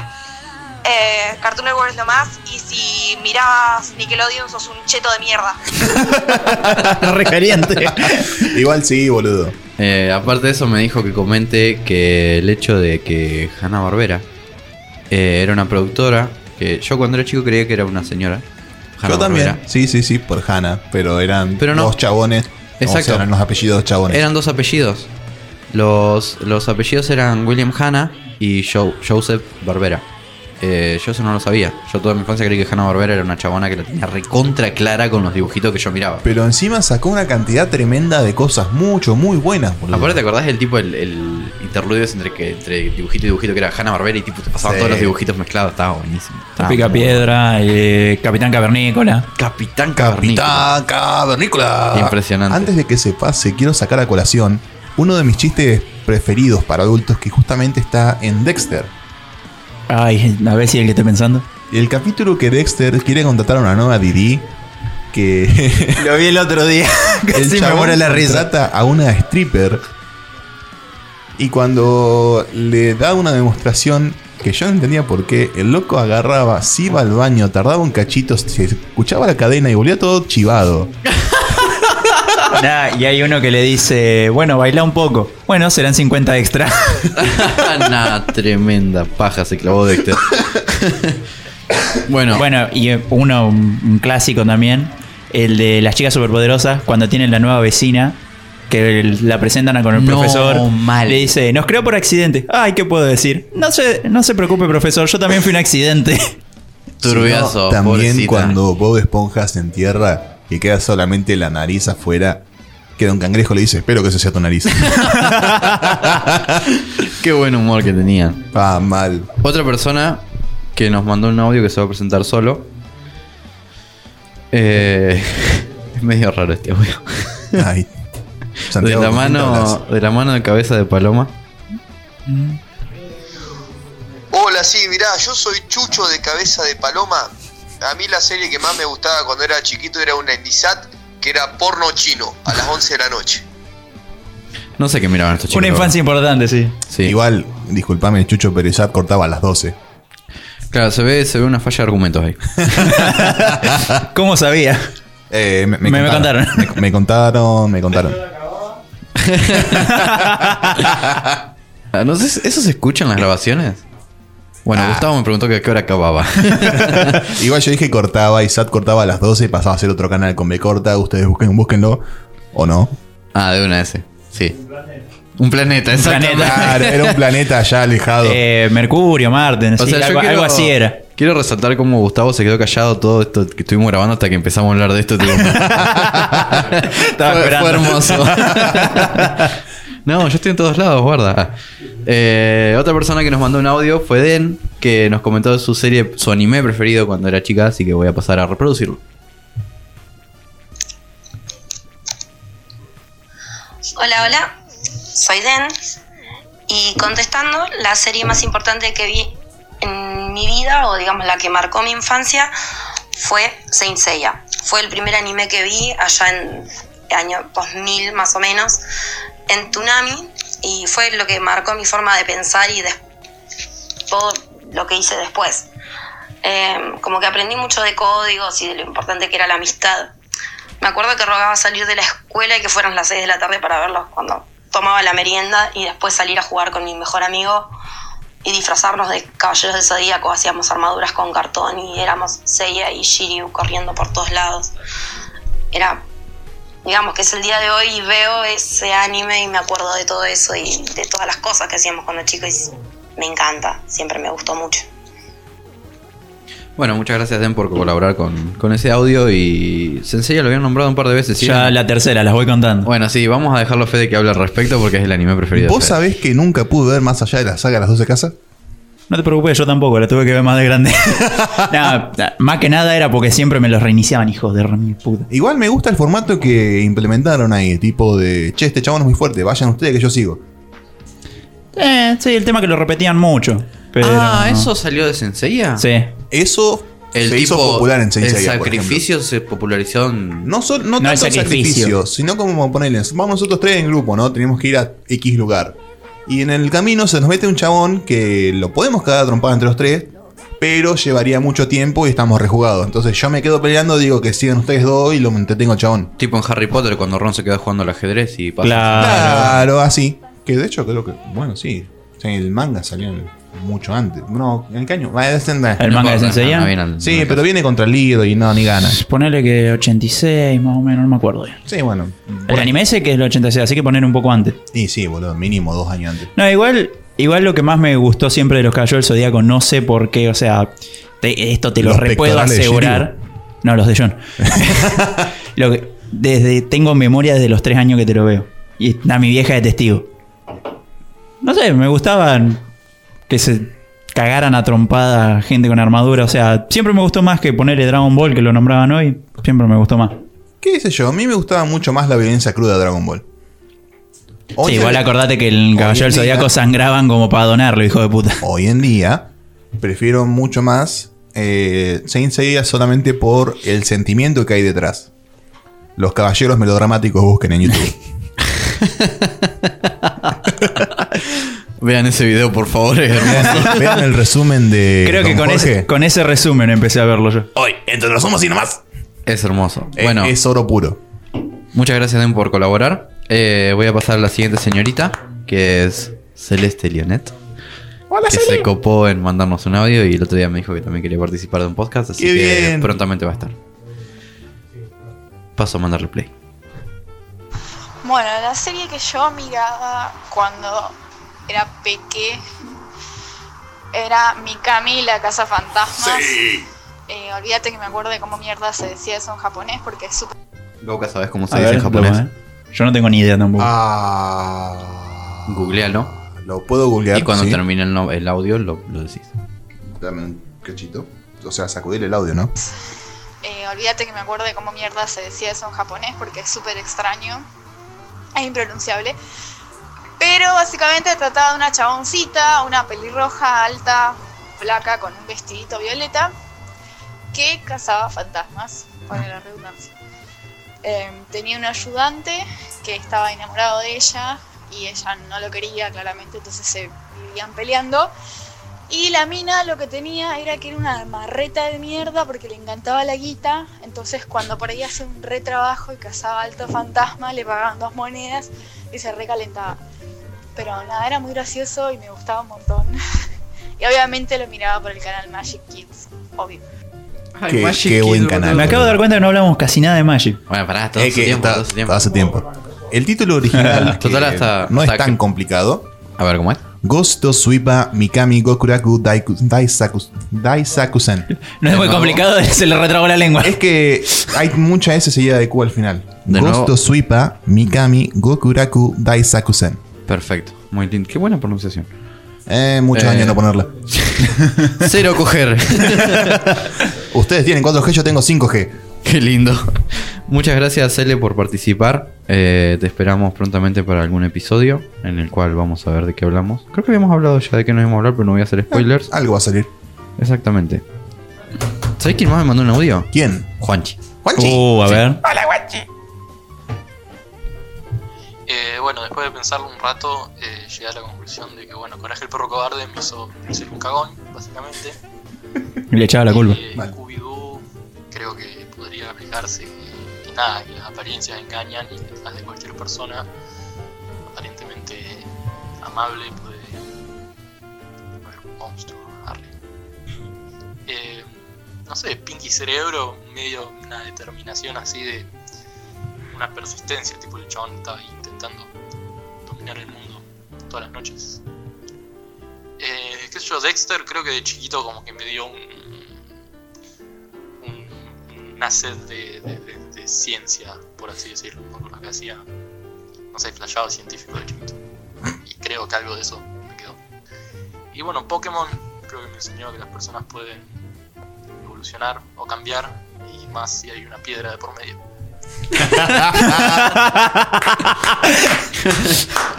K: Eh, Cartoon Network es lo más, y si mirabas Nickelodeon, sos un cheto de mierda.
C: Re caliente.
B: Igual sí, boludo.
A: Eh, aparte de eso, me dijo que comente que el hecho de que Hanna Barbera eh, era una productora. Que yo cuando era chico creía que era una señora.
B: Yo también.
A: Hanna-Barbera.
B: Sí, sí, sí, por Hannah. Pero eran
A: Pero no.
B: dos chabones.
A: Exacto. Eh.
B: O sea, eran los apellidos chabones.
A: Eran dos apellidos. Los, los apellidos eran William Hanna y Jo- Joseph Barbera. Eh, yo eso no lo sabía. Yo toda mi infancia creí que Hanna Barbera era una chabona que la tenía recontra clara con los dibujitos que yo miraba.
B: Pero encima sacó una cantidad tremenda de cosas. Mucho, muy buenas, boludo.
A: Aparte, ¿te acordás del tipo, el, el interludio ese entre, que, entre dibujito y dibujito que era Hanna Barbera y tipo te pasaban
B: Sí.
A: todos los dibujitos mezclados? Estaba buenísimo. Estaba
C: Pica
A: muy
C: piedra, eh, Capitán Cavernícola.
A: bueno. Capitán Cavernícola.
B: Ah, Capitán Ah, Cavernícola.
A: Ah, Impresionante.
B: Antes de que se pase, quiero sacar a colación uno de mis chistes preferidos para adultos que justamente está en Dexter.
C: Ay, a ver si el que estoy pensando.
B: El capítulo que Dexter quiere contratar a una nueva Didi que
C: Lo vi el otro día.
B: el
C: Casi me
B: chabón
C: muere la risa.
B: contrata a una stripper y cuando le da una demostración que yo no entendía por qué, el loco agarraba, se iba al baño, tardaba un cachito, se escuchaba la cadena y volvía todo chivado.
C: Nah, y hay uno que le dice, bueno, baila un poco. Bueno, serán 50 extra.
A: Una tremenda paja se clavó este. Dexter. bueno,
C: Bueno, y eh, uno, un un clásico también, el de las chicas superpoderosas, cuando tienen la nueva vecina, que el- la presentan con el
A: No,
C: profesor,
A: mal.
C: le dice, nos creó por accidente. Ay, ¿qué puedo decir? No se, no se preocupe, profesor, yo también fui un accidente.
A: turbiazo.
B: Sino También
A: pobrecita.
B: cuando Bob Esponja se entierra y queda solamente la nariz afuera, queda un cangrejo y le dice, espero que eso sea tu nariz.
A: Qué buen humor que tenían.
B: ah, mal.
A: Otra persona que nos mandó un audio que se va a presentar solo. Eh, es medio raro este audio.
B: Ay.
A: De
B: Santiago,
A: la,
B: ¿con quién hablas?
A: mano, de la mano de cabeza de paloma.
E: Hola, sí, mirá, yo soy Chucho de Cabeza de Paloma. A mí la serie que más me gustaba cuando era chiquito era una en ISAT que era porno chino a las 11 de la noche.
A: No sé qué miraban estos chicos.
C: Una
A: la
C: infancia importante, sí.
A: verdad. Sí.
B: Igual, disculpame, Chucho Perezat cortaba a las 12.
A: Claro, se ve, se ve una falla de argumentos ahí.
C: ¿Cómo sabía?
B: Eh, me,
C: Me- me
B: Me, me contaron, me contaron.
A: Ah, No sé, ¿eso se escucha en las grabaciones?
B: Ah.
A: Bueno, Gustavo me preguntó que a qué hora acababa.
B: Igual yo dije cortaba, y Sat cortaba a las 12, pasaba a hacer otro canal con B corta, ustedes busquen, búsquenlo. ¿O no?
A: ah, de una S. Sí. Un planeta, exacto.
B: Claro, era un planeta ya alejado.
C: Eh, Mercurio, Marte, sí,
A: yo
C: algo,
A: quiero-
C: algo así era.
A: Quiero resaltar cómo Gustavo se quedó callado todo esto que estuvimos grabando hasta que empezamos a hablar de esto. tipo,
C: Estaba
A: fue,
C: esperando.
A: fue hermoso. no, yo estoy en todos lados, guarda. Ah. Eh, otra persona que nos mandó un audio fue Den, que nos comentó su serie, su anime preferido cuando era chica, así que voy a pasar a reproducirlo.
L: Hola, hola. Soy Den. Y contestando, la serie más importante que vi en mi vida, o digamos la que marcó mi infancia, fue Saint Seiya. Fue el primer anime que vi allá en el año 2000 más o menos, en Tsunami, y fue lo que marcó mi forma de pensar y de- todo lo que hice después. Eh, como que aprendí mucho de códigos y de lo importante que era la amistad. Me acuerdo que rogaba salir de la escuela y que fueran las 6 de la tarde para verlos cuando tomaba la merienda y después salir a jugar con mi mejor amigo y disfrazarnos de caballeros del zodíaco. Hacíamos armaduras con cartón y éramos Seiya y Shiryu corriendo por todos lados. Era, digamos que es el día de hoy y veo ese anime y me acuerdo de todo eso y de todas las cosas que hacíamos cuando chicos y me encanta, siempre me gustó mucho.
A: Bueno, muchas gracias, Den, por colaborar con, con ese audio. Y Sensei lo habían nombrado un par de veces.
C: Ya
A: la
C: tercera, las voy contando.
A: Bueno, sí, vamos a dejarlo a Fede que hable al respecto porque es el anime preferido. de
B: ¿Vos
A: Fede.
B: sabés que nunca pude ver más allá de la saga de las 12 casas?
C: No te preocupes, yo tampoco, la tuve que ver más de grande. Nah, más que nada era porque siempre me los reiniciaban, hijos de remil puta.
B: Igual me gusta el formato que implementaron ahí, tipo de, che, este chabón es muy fuerte, vayan ustedes que yo sigo.
C: Eh, sí, el tema que lo repetían mucho. Pero
A: ah, ¿eso salió de Senseiya?
C: Sí.
B: Eso
A: el
B: se
A: tipo,
B: hizo popular en Saint
A: El
B: Seiya, por
A: sacrificio se popularizó en.
B: No, sol- no, tanto el sacrificio. sino como ponerle, vamos nosotros tres en grupo, ¿no? Tenemos que ir a X lugar. Y en el camino se nos mete un chabón que lo podemos cagar a trompar entre los tres, pero llevaría mucho tiempo y estamos rejugados. Entonces yo me quedo peleando, digo que sigan ustedes dos y lo entretengo al chabón.
A: Tipo en Harry Potter cuando Ron se queda jugando al ajedrez y pasa.
B: Claro, así. Que de hecho creo que, bueno, sí. O sea, el manga salió en- mucho antes. No, en qué año. Va, es en-
C: ¿El manga de Saint Seiya? No, no viene al-
B: Sí, pero viene contra el Lido y no, ni gana.
C: Ponele que 86, más o menos, no me acuerdo. bien.
B: Sí, bueno.
C: El anime ese que es el 86, así que poner un poco antes.
B: Y sí, boludo, mínimo dos años antes.
C: No, igual, igual lo que más me gustó siempre de los Caballeros del Zodíaco, no sé por qué, o sea, te- esto te lo
B: Los
C: re puedo
B: pectorales de
C: asegurar. No, los de John. Lo que- desde, tengo memoria desde los tres años que te lo veo. Y está mi vieja de testigo. No sé, me gustaban que se cagaran a trompada gente con armadura. O sea, siempre me gustó más que ponerle Dragon Ball, que lo nombraban hoy. Siempre me gustó más.
B: ¿Qué sé yo? A mí me gustaba mucho más la violencia cruda de Dragon Ball. Hoy
C: Sí,
B: en-
C: igual acordate que el Caballero
B: en
C: del
B: día-
C: Zodíaco sangraban como para donarlo, hijo de puta.
B: Hoy en día prefiero mucho más eh, Saint Seiya solamente por el sentimiento que hay detrás. Los caballeros melodramáticos busquen en YouTube.
A: Vean ese video, por favor, es hermoso.
B: Vean el resumen de.
C: Creo que
B: Don
C: con ese,
B: Jorge.
C: con ese resumen empecé a verlo yo.
B: Hoy, entre los somos y nomás.
A: Es hermoso.
B: Eh,
A: bueno,
B: es oro puro.
A: Muchas gracias, Den, por colaborar. Eh, voy a pasar a la siguiente señorita, que es Celeste Lionet.
B: Hola,
A: que se copó en mandarnos un audio y el otro día me dijo que también quería participar de un podcast, así
B: ¡Qué
A: que
B: bien!
A: prontamente va a estar. Paso a mandarle play.
M: Bueno, la serie que yo miraba cuando era peque era Mikami, la casa fantasma. olvídate que me acuerdo de cómo mierda se decía eso en japonés porque es súper...
A: Boca, ¿sabes cómo se
C: A
A: dice
C: ver,
A: en japonés?
C: toma, eh. Yo no tengo ni idea tampoco.
B: Ah,
A: Googlealo.
B: Lo puedo googlear.
A: Y cuando
B: sí.
A: termine el, no- el audio lo, lo decís.
B: Dame un cachito. O sea, sacudir el audio, ¿no?
M: Eh, olvídate que me acuerdo de cómo mierda se decía eso en japonés porque es súper extraño. Es impronunciable. Pero básicamente trataba de una chaboncita, una pelirroja alta, flaca, con un vestidito violeta, que cazaba fantasmas, por la redundancia. Eh, tenía un ayudante que estaba enamorado de ella y ella no lo quería, claramente, entonces se vivían peleando. Y la mina lo que tenía era que era una marreta de mierda porque le encantaba la guita. Entonces, cuando por ahí hacía un retrabajo y cazaba alto fantasma, le pagaban dos monedas y se recalentaba. Pero nada, era muy gracioso y me gustaba un montón. y obviamente lo miraba por el canal Magic Kids, obvio.
B: Qué- Magic qué Kid, buen boludo. canal,
C: Me acabo
B: boludo.
C: de dar cuenta que no hablamos casi nada de Magic.
A: Bueno, pará,
B: Es que está- hace tiempo. El título original
A: Total,
B: que
A: hasta-
B: no
A: hasta
B: es tan
A: que-
B: complicado.
A: A ver, ¿cómo es?
B: Gosto Suipa Mikami Gokuraku Daiku- Daisakus- Daisakusen.
C: No es muy complicado, se le retrabó la lengua.
B: Es que hay mucha S seguida de Q al final.
A: De
B: Gosto
A: nuevo.
B: Suipa Mikami Gokuraku Daisakusen.
A: Perfecto. Muy lindo. Qué buena pronunciación.
B: Eh, muchos
A: Eh.
B: años no ponerla.
A: Cero coger.
B: Ustedes tienen 4G, yo tengo 5G.
A: Qué lindo. Muchas gracias, Cele, por participar. Eh, te esperamos prontamente para algún episodio en el cual vamos a ver de qué hablamos. Creo que habíamos hablado ya de qué nos íbamos a hablar, pero no voy a hacer spoilers.
B: Ah, algo va a salir.
A: Exactamente. ¿Sabés quién más me mandó un audio?
B: ¿Quién?
A: Juanchi.
B: Juanchi.
C: Uh, a ver.
A: Hola,
N: Eh, bueno, después de pensarlo un rato, eh, llegué a la conclusión de que, bueno, Coraje el perro cobarde me hizo ser un cagón, básicamente.
C: Y le echaba la culpa.
N: Eh, Scooby-Doo creo que podría aplicarse que, que nada, que las apariencias engañan y detrás de cualquier persona aparentemente amable puede haber un monstruo. arre. Eh, no sé, Pinky Cerebro, medio una determinación así de una persistencia, tipo el chabón estaba ahí intentando dominar el mundo todas las noches. Eh, qué sé yo, Dexter creo que de chiquito como que me dio un, un- una sed de, de- de- de ciencia, por así decirlo, por lo que hacía, no sé, flashado científico de chiquito. Y creo que algo de eso me quedó. Y bueno, Pokémon creo que me enseñó que las personas pueden evolucionar o cambiar, y más si hay una piedra de por medio.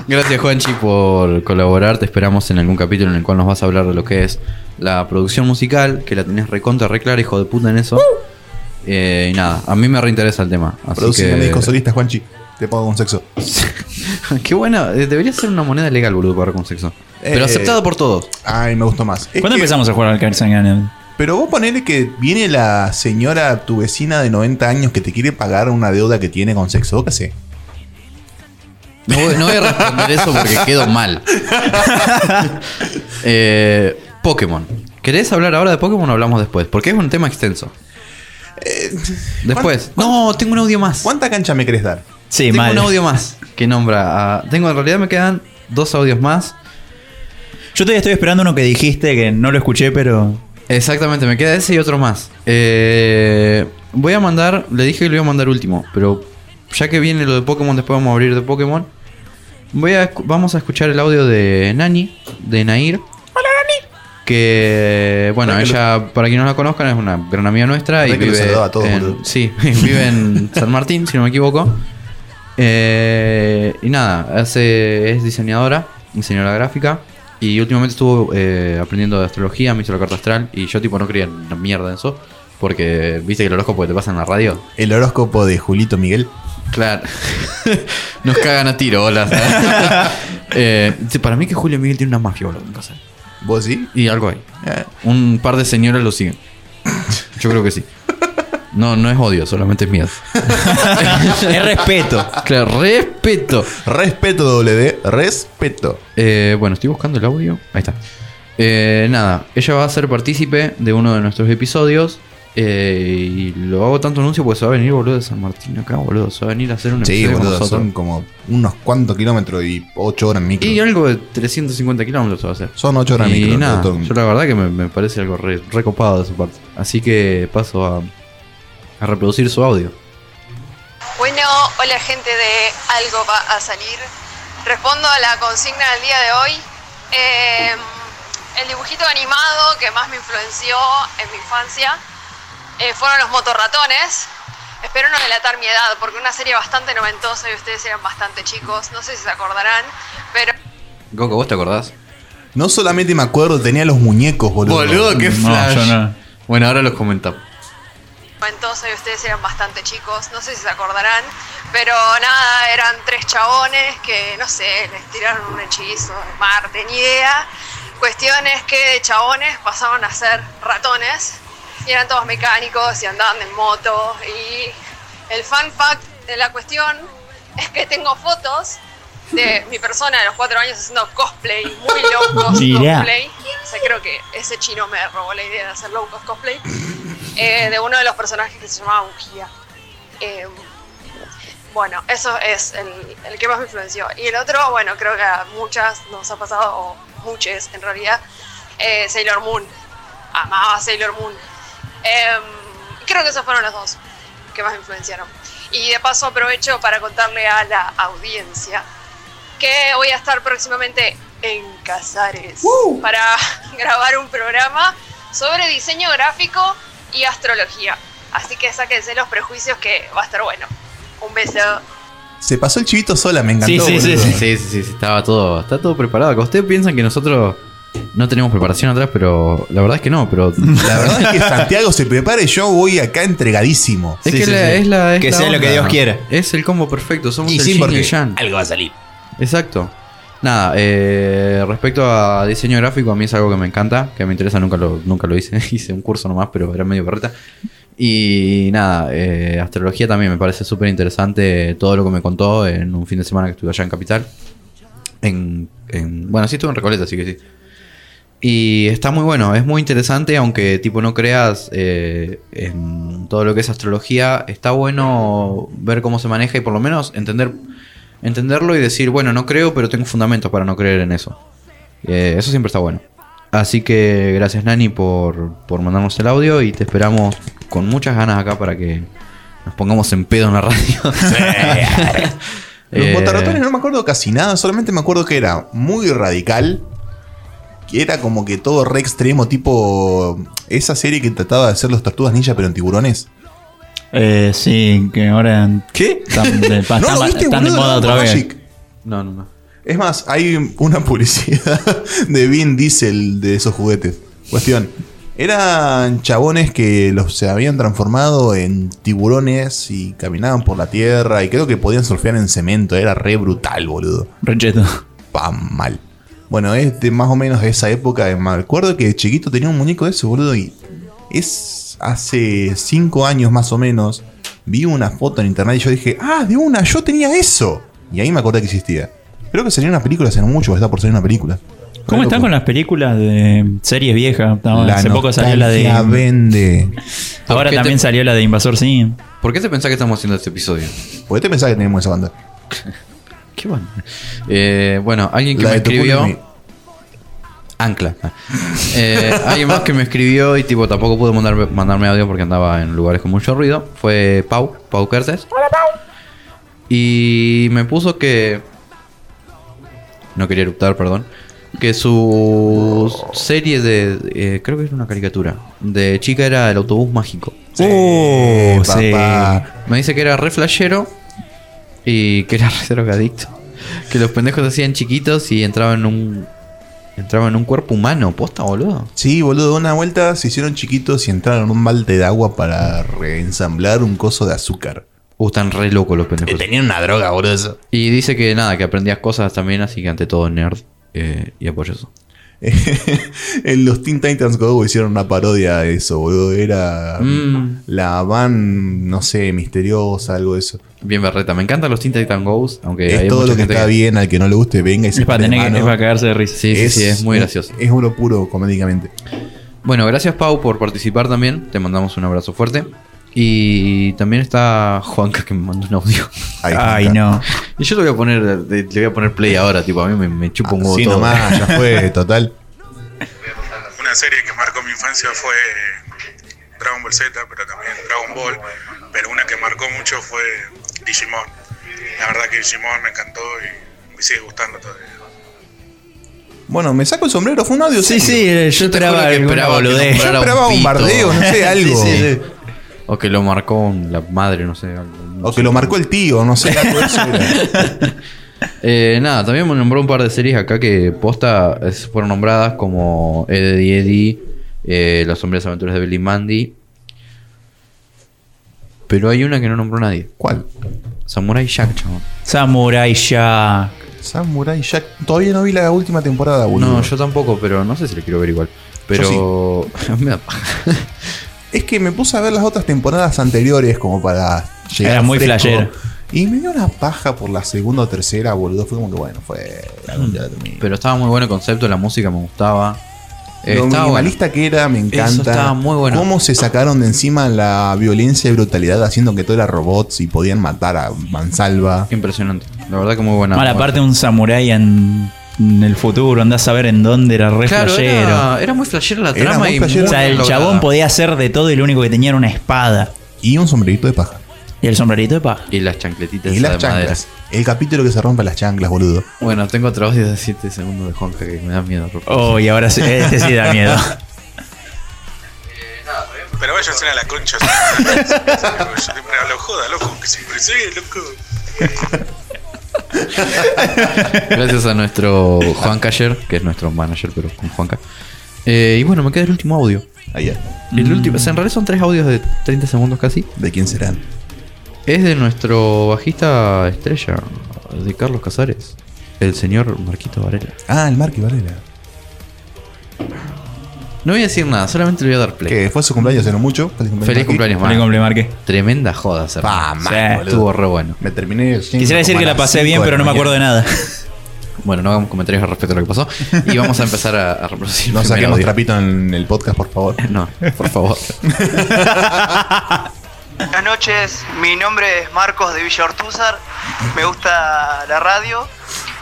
A: Gracias Juanchi por colaborar. Te esperamos en algún capítulo en el cual nos vas a hablar de lo que es la producción musical, que la tenés recontra, reclara, hijo de puta en eso. Eh, y nada, a mí me reinteresa el tema. Así
B: Producir
A: que...
B: médicos solistas, Juanchi. Te pago con sexo.
A: Qué buena, eh, debería ser una moneda legal, boludo, pagar con sexo. Pero
B: Eh,
A: aceptado por todos.
B: Ay, me gustó más.
C: ¿Cuándo empezamos a jugar al Cards and
B: Pero vos ponele que viene la señora, tu vecina de 90 años, que te quiere pagar una deuda que tiene con sexo. ¿o ¿Qué sé?
A: No voy, no voy a responder eso porque quedo mal. Eh, Pokémon. ¿Querés hablar ahora de Pokémon o hablamos después? Porque es un tema extenso.
B: Eh,
A: Después. No, tengo un audio más.
B: ¿Cuánta cancha me querés dar?
C: Sí,
A: Tengo
C: mal.
A: un audio más que nombra a... Tengo, en realidad me quedan dos audios más.
C: Yo todavía estoy esperando uno que dijiste que no lo escuché, pero.
A: Exactamente, me queda ese y otro más. Eh, voy a mandar, le dije que lo iba a mandar último, pero ya que viene lo de Pokémon, después vamos a abrir de Pokémon. Voy a, escu- vamos a escuchar el audio de Nani, de Nair. Hola Nani. Que, bueno,
B: Verdad que
A: ella, para quien no la conozcan, es una gran amiga nuestra. Y
B: Verdad que
A: vive,
B: lo saludaba a todos,
A: en-
B: boludo.
A: sí, vive en San Martín, si no me equivoco. Eh, y nada, hace, es diseñadora, diseñadora gráfica. Y últimamente estuvo eh, aprendiendo de astrología, me hizo la carta astral. Y yo, tipo, no creía en una mierda en eso. Porque, viste que el horóscopo que te pasa en la radio.
B: El horóscopo de Julito Miguel.
A: Claro. Nos cagan a tiro, hola. Eh, sí, para mí que Julio Miguel tiene una mafia, boludo. en casa.
B: ¿Vos sí? Eh.
A: Y algo ahí. Un par de señoras lo siguen. Yo creo que sí. No, no es odio, solamente es miedo.
C: es respeto.
A: Claro, respeto.
B: Respeto, WD. Respeto.
A: Eh, bueno, estoy buscando el audio. Ahí está. Eh, nada, ella va a ser partícipe de uno de nuestros episodios. eh, y lo hago tanto anuncio porque se va a venir, boludo, de San Martín acá, boludo. Se va a venir a hacer un
B: Sí,
A: episodio con
B: boludo,
A: nosotros.
B: son como unos cuantos kilómetros y 8 horas en micro.
A: Y algo de 350 kilómetros va a ser.
B: Son 8 horas en
A: y
B: micro.
A: nada,
B: todo-
A: yo la verdad que me, me parece algo re- recopado de su parte. Así que paso a, a reproducir su audio.
O: Bueno, hola gente de Algo va a salir. Respondo a la consigna del día de hoy. Eh, el dibujito animado que más me influenció en mi infancia eh, fueron los motorratones. Espero no delatar mi edad, porque una serie bastante noventosa y ustedes eran bastante chicos. No sé si se acordarán, pero
A: Coco, ¿vos te acordás?
B: No solamente me acuerdo, tenía los muñecos, boludo.
A: Boludo, qué flash. Bueno, ahora los comentamos.
O: noventosa y ustedes eran bastante chicos, no sé si se acordarán, pero nada, eran tres chabones que, no sé, les tiraron un hechizo de Marte, ni idea. Cuestión es que de chabones pasaron a ser ratones y eran todos mecánicos y andaban en moto y el fan fact de la cuestión es que tengo fotos de mi persona de los cuatro años haciendo cosplay, muy locos
C: Mirá.
O: cosplay. O sea, creo que ese chino me robó la idea de hacer locos cosplay eh, de uno de los personajes que se llamaba Ujía. Eh, bueno, eso es el, el que más me influenció. Y el otro, bueno, creo que a muchas nos ha pasado, o muchas en realidad, eh, Sailor Moon. Amaba Sailor Moon. Eh, creo que esos fueron los dos que más me influenciaron. Y de paso aprovecho para contarle a la audiencia que voy a estar próximamente en Casares para grabar un programa sobre diseño gráfico y astrología. Así que sáquense los prejuicios que va a estar bueno. Un beso.
B: Se pasó el chivito sola, me encantó.
A: Sí, sí, sí,
B: boludo.
A: sí, sí, sí, sí, estaba todo, está todo preparado. Que ustedes piensan que nosotros no tenemos preparación atrás, pero la verdad es que no, pero
B: La verdad es que Santiago se prepara y yo voy acá entregadísimo.
A: Es que la- es la- es la onda.
B: quiera.
A: Es el combo perfecto. Somos
B: Y
A: el
B: sí,
A: yin y
B: porque
A: el yang. Algo va a salir. Exacto. Nada, eh, respecto a diseño gráfico, a mí es algo que me encanta, que me interesa, nunca lo, nunca lo hice. hice un curso nomás, pero era medio perreta. Y nada, eh, astrología también me parece súper interesante todo lo que me contó en un fin de semana que estuve allá en Capital. En, en- bueno, sí estuve en Recoleta, así que sí. Y está muy bueno, es muy interesante, aunque tipo no creas eh, en todo lo que es astrología, está bueno ver cómo se maneja y por lo menos entender, entenderlo y decir, bueno, no creo, pero tengo fundamentos para no creer en eso. Eh, eso siempre está bueno. Así que gracias Nani por, por mandarnos el audio y te esperamos con muchas ganas acá para que nos pongamos en pedo en la radio.
B: Los
A: Eh,
B: botarrotones no me acuerdo casi nada, solamente me acuerdo que era muy radical. Que era como que todo re extremo, tipo esa serie que trataba de hacer los tortugas ninja pero en tiburones.
C: Eh, sí, que ahora.
B: ¿Qué?
C: Están de,
B: ¿No
C: están
B: lo
C: de-
B: viste,
C: están de
B: boludo?
C: moda otra vez.
B: Magic.
A: No, no, no.
B: Es más, hay una publicidad de Vin Diesel de esos juguetes. Cuestión. Eran chabones que los se habían transformado en tiburones y caminaban por la tierra y creo que podían surfear en cemento. Era re brutal, boludo.
C: Recheto.
B: Pam, mal. Bueno, es de más o menos de esa época. Me acuerdo que de chiquito tenía un muñeco de eso, boludo. Y es hace 5 años más o menos. Vi una foto en internet y yo dije, ah, de una, yo tenía eso. Y ahí me acordé que existía. Creo que salió una película hace no mucho, está por salir una película.
C: ¿Cómo están con las películas de series viejas? No,
B: La
C: Hace poco salió la de.
B: nostalgia vende.
C: Ahora también salió la de Invasor Sim.
A: ¿Por qué te pensás que estamos haciendo este episodio?
B: ¿Por qué te pensás que tenemos esa banda?
A: ¿Qué banda? Eh, bueno, alguien que
B: La
A: me
B: de Tucumán
A: escribió.
B: y-
A: Ancla. Ah. Eh, alguien más que me escribió y tipo tampoco pudo mandar- mandarme audio porque andaba en lugares con mucho ruido. Fue Pau, Pau Kertes. Hola Pau. Y me puso que. No quería eruptar, perdón. Que su serie de. eh, creo que era una caricatura. De chica era el autobús mágico.
C: Oh, sí.
A: Me dice que era re flashero y que era re drogadicto. Que los pendejos se hacían chiquitos y entraban en un. Entraban en un cuerpo humano, posta, boludo.
B: Sí, boludo, de una vuelta se hicieron chiquitos y entraron en un balde de agua para reensamblar un coso de azúcar.
A: Uh, están re locos los pendejos.
B: Tenían una droga, boludo. eso.
A: Y dice que nada, que aprendías cosas también, así que ante todo nerd eh, y apoyo eso.
B: en los Teen Titans Go hicieron una parodia de eso, boludo. Era
A: Mm.
B: la van, no sé, misteriosa, algo de eso.
A: Bien, Berreta, me encantan los Teen Titan Goes, aunque
B: es
A: hay
B: todo
A: mucha
B: lo que
A: gente
B: está bien, al que no le guste, venga y se pone de mano.
C: cagarse de risa.
A: Sí, sí, sí, es muy
B: un-
A: gracioso.
B: Es uno puro comédicamente.
A: Bueno, gracias Pau por participar también. Te mandamos un abrazo fuerte. Y también está Juanca que me mandó un audio.
B: Ay, Ay, Juanca. no.
A: Y yo le voy a poner, le le voy a poner play ahora, tipo, a mí me, me chupa un huevo
B: Sí,
A: todo.
B: nomás, ya fue, total.
P: Una serie que marcó mi infancia fue Dragon Ball Z, pero también Dragon Ball. Pero una que marcó mucho fue Digimon. La verdad que Digimon me encantó y me sigue gustando todavía.
B: Bueno, me saco el sombrero, fue un audio.
C: Sí, sí, eh, yo esperaba
A: que
C: alguna
A: esperaba que
C: boludez.
A: nombrara
B: Yo esperaba un
A: pito.
B: bardeo, no sé, algo.
A: Sí, sí, sí. O que lo marcó un- la madre, no sé. algo, no
B: O
A: sé.
B: que lo marcó el tío, no sé, algo de eso era.
A: Eh, nada, también me nombró un par de series acá que posta es- fueron nombradas como Ed, Eddie, Eddie, eh, Las sombrías aventuras de Billy Mandy. Pero hay una que no nombró nadie.
B: ¿Cuál?
A: Samurai Jack, chabón.
C: Samurai Jack.
B: Samurai Jack. Todavía no vi la última temporada, boludo.
A: No, yo tampoco, pero no sé si le quiero ver igual. Pero. me da paja.
B: Es que me puse a ver las otras temporadas anteriores como para llegar.
C: Era muy
B: fresco.
C: flashero.
B: Y me dio una paja por la segunda o tercera, boludo. Fue como que bueno, fue. algún día la termino.
A: pero estaba muy bueno el concepto, la música me gustaba. Eh,
B: Lo
A: estaba bueno.
B: minimalista que era, me encanta.
A: Eso estaba muy bueno.
B: Cómo se sacaron de encima la violencia y brutalidad haciendo que todo era robots y podían matar a mansalva.
A: Impresionante. La verdad que muy buena.
C: Mala parte un samurái en, en el futuro, andás a ver en dónde era re
A: Claro,
C: flashero.
A: era, era muy flashera la
C: Era
A: trama
C: muy
A: y
C: flashero.
A: muy
C: O sea, el
A: lograda.
C: chabón podía hacer de todo y lo único que tenía era una espada.
B: Y un sombrerito de paja.
C: Y el sombrerito de paja.
A: Y las chancletitas
B: Y
A: esas
B: las
A: de madera.
B: chanclas. El capítulo que se rompe las chanclas, boludo.
A: Bueno, tengo otro audio de 7 segundos de Juanca que me da miedo. Rufo.
C: Oh, y ahora sí, este sí da miedo.
N: Eh,
P: Pero váyanse a la concha. Yo siempre hablo joda, loco, que siempre soy, loco.
A: Gracias a nuestro Juan Cayer, que es nuestro manager, pero con Juanca. Eh, y bueno, me queda el último audio. El último, o sea, en realidad son tres audios de 30 segundos casi.
B: ¿De quién serán?
A: Es de nuestro bajista estrella, de Carlos Casares, el señor Marquito Varela.
B: Ah, el Marky Varela.
A: No voy a decir nada, solamente le voy a dar play.
B: Que fue su cumpleaños hace no mucho. Feliz cumpleaños,
A: Feliz
B: Marky.
A: cumpleaños, Marky. Tremenda joda, hacer.
B: Pa, man, boludo.
A: estuvo re bueno.
B: Me terminé. siendo
C: Quisiera decir
A: como
C: que
A: a
C: la
A: las
C: pasé
A: cinco
C: bien,
A: de
C: pero
A: la
C: no me acuerdo de
A: mañana.
C: nada.
A: Bueno, no hagamos comentarios respecto a lo que pasó. Y vamos a empezar a, a reproducir.
B: No
A: el primer
B: saquemos
A: audio.
B: trapito en el podcast, por favor.
A: No, por favor.
Q: Buenas noches, mi nombre es Marcos de Villa Ortúzar, me gusta la radio,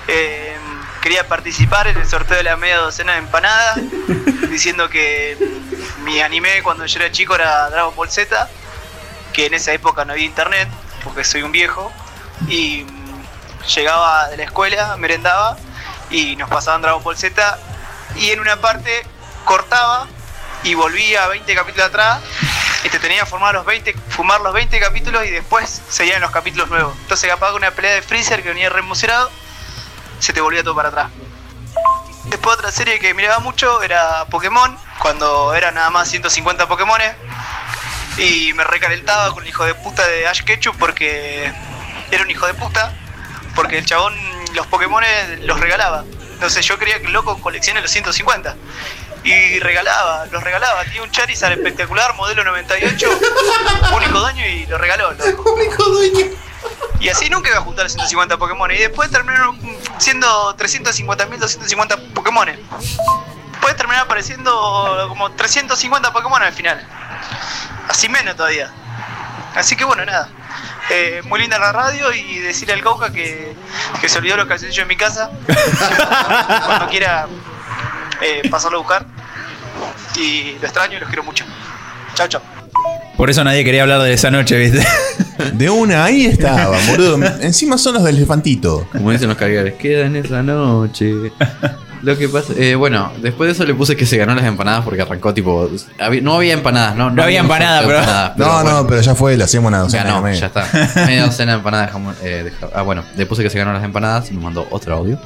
Q: Eh, quería participar en el sorteo de la media docena de empanadas, diciendo que mm, mi anime cuando yo era chico era Dragon Ball Z, que en esa época no había internet, porque soy un viejo, y mm, llegaba de la escuela, merendaba, y nos pasaban Dragon Ball Z, y en una parte cortaba y volvía 20 capítulos atrás y te tenía que formar los 20, fumar los 20 capítulos y después seguían los capítulos nuevos. Entonces capaz que una pelea de Freezer que venía re emocionado, se te volvía todo para atrás. Después otra serie que miraba mucho era Pokémon, cuando era nada más 150 Pokémones. Y me recalentaba con el hijo de puta de Ash Ketchum porque era un hijo de puta, porque el chabón los Pokémones los regalaba. Entonces yo quería que el loco coleccione los 150. Y regalaba, los regalaba. Tiene un Charizard espectacular, modelo 98, único dueño y lo regaló. Único dueño. Y así nunca iba a juntar 150 Pokémon. Y después terminaron siendo 350.250 Pokémon. Después terminaron apareciendo como 350 Pokémon al final. Así menos todavía. Así que bueno, nada. Eh, muy linda la radio y decirle al Cauca que, que se olvidó los calzoncillos en mi casa. Cuando quiera eh, pasarlo a buscar. Y lo extraño y los quiero mucho. Chao, chao.
C: Por eso nadie quería hablar de esa noche, ¿viste?
B: De una, ahí estaba, boludo. Encima son los del elefantito.
A: Como dicen los cargadores, quedan esa noche. Lo que pasa, eh, bueno, después de eso le puse que se ganó las empanadas porque arrancó tipo. habi- no había empanadas, no.
C: No había empanada,
A: sorteo de
C: pero-
A: empanadas,
B: No,
A: bueno,
B: no, pero ya fue, le hacemos una docena de
A: ganó,
B: media.
A: ya está. Media docena de empanadas. de jamón, eh, de ja- ah, bueno, le puse que se ganó las empanadas y nos mandó otro audio.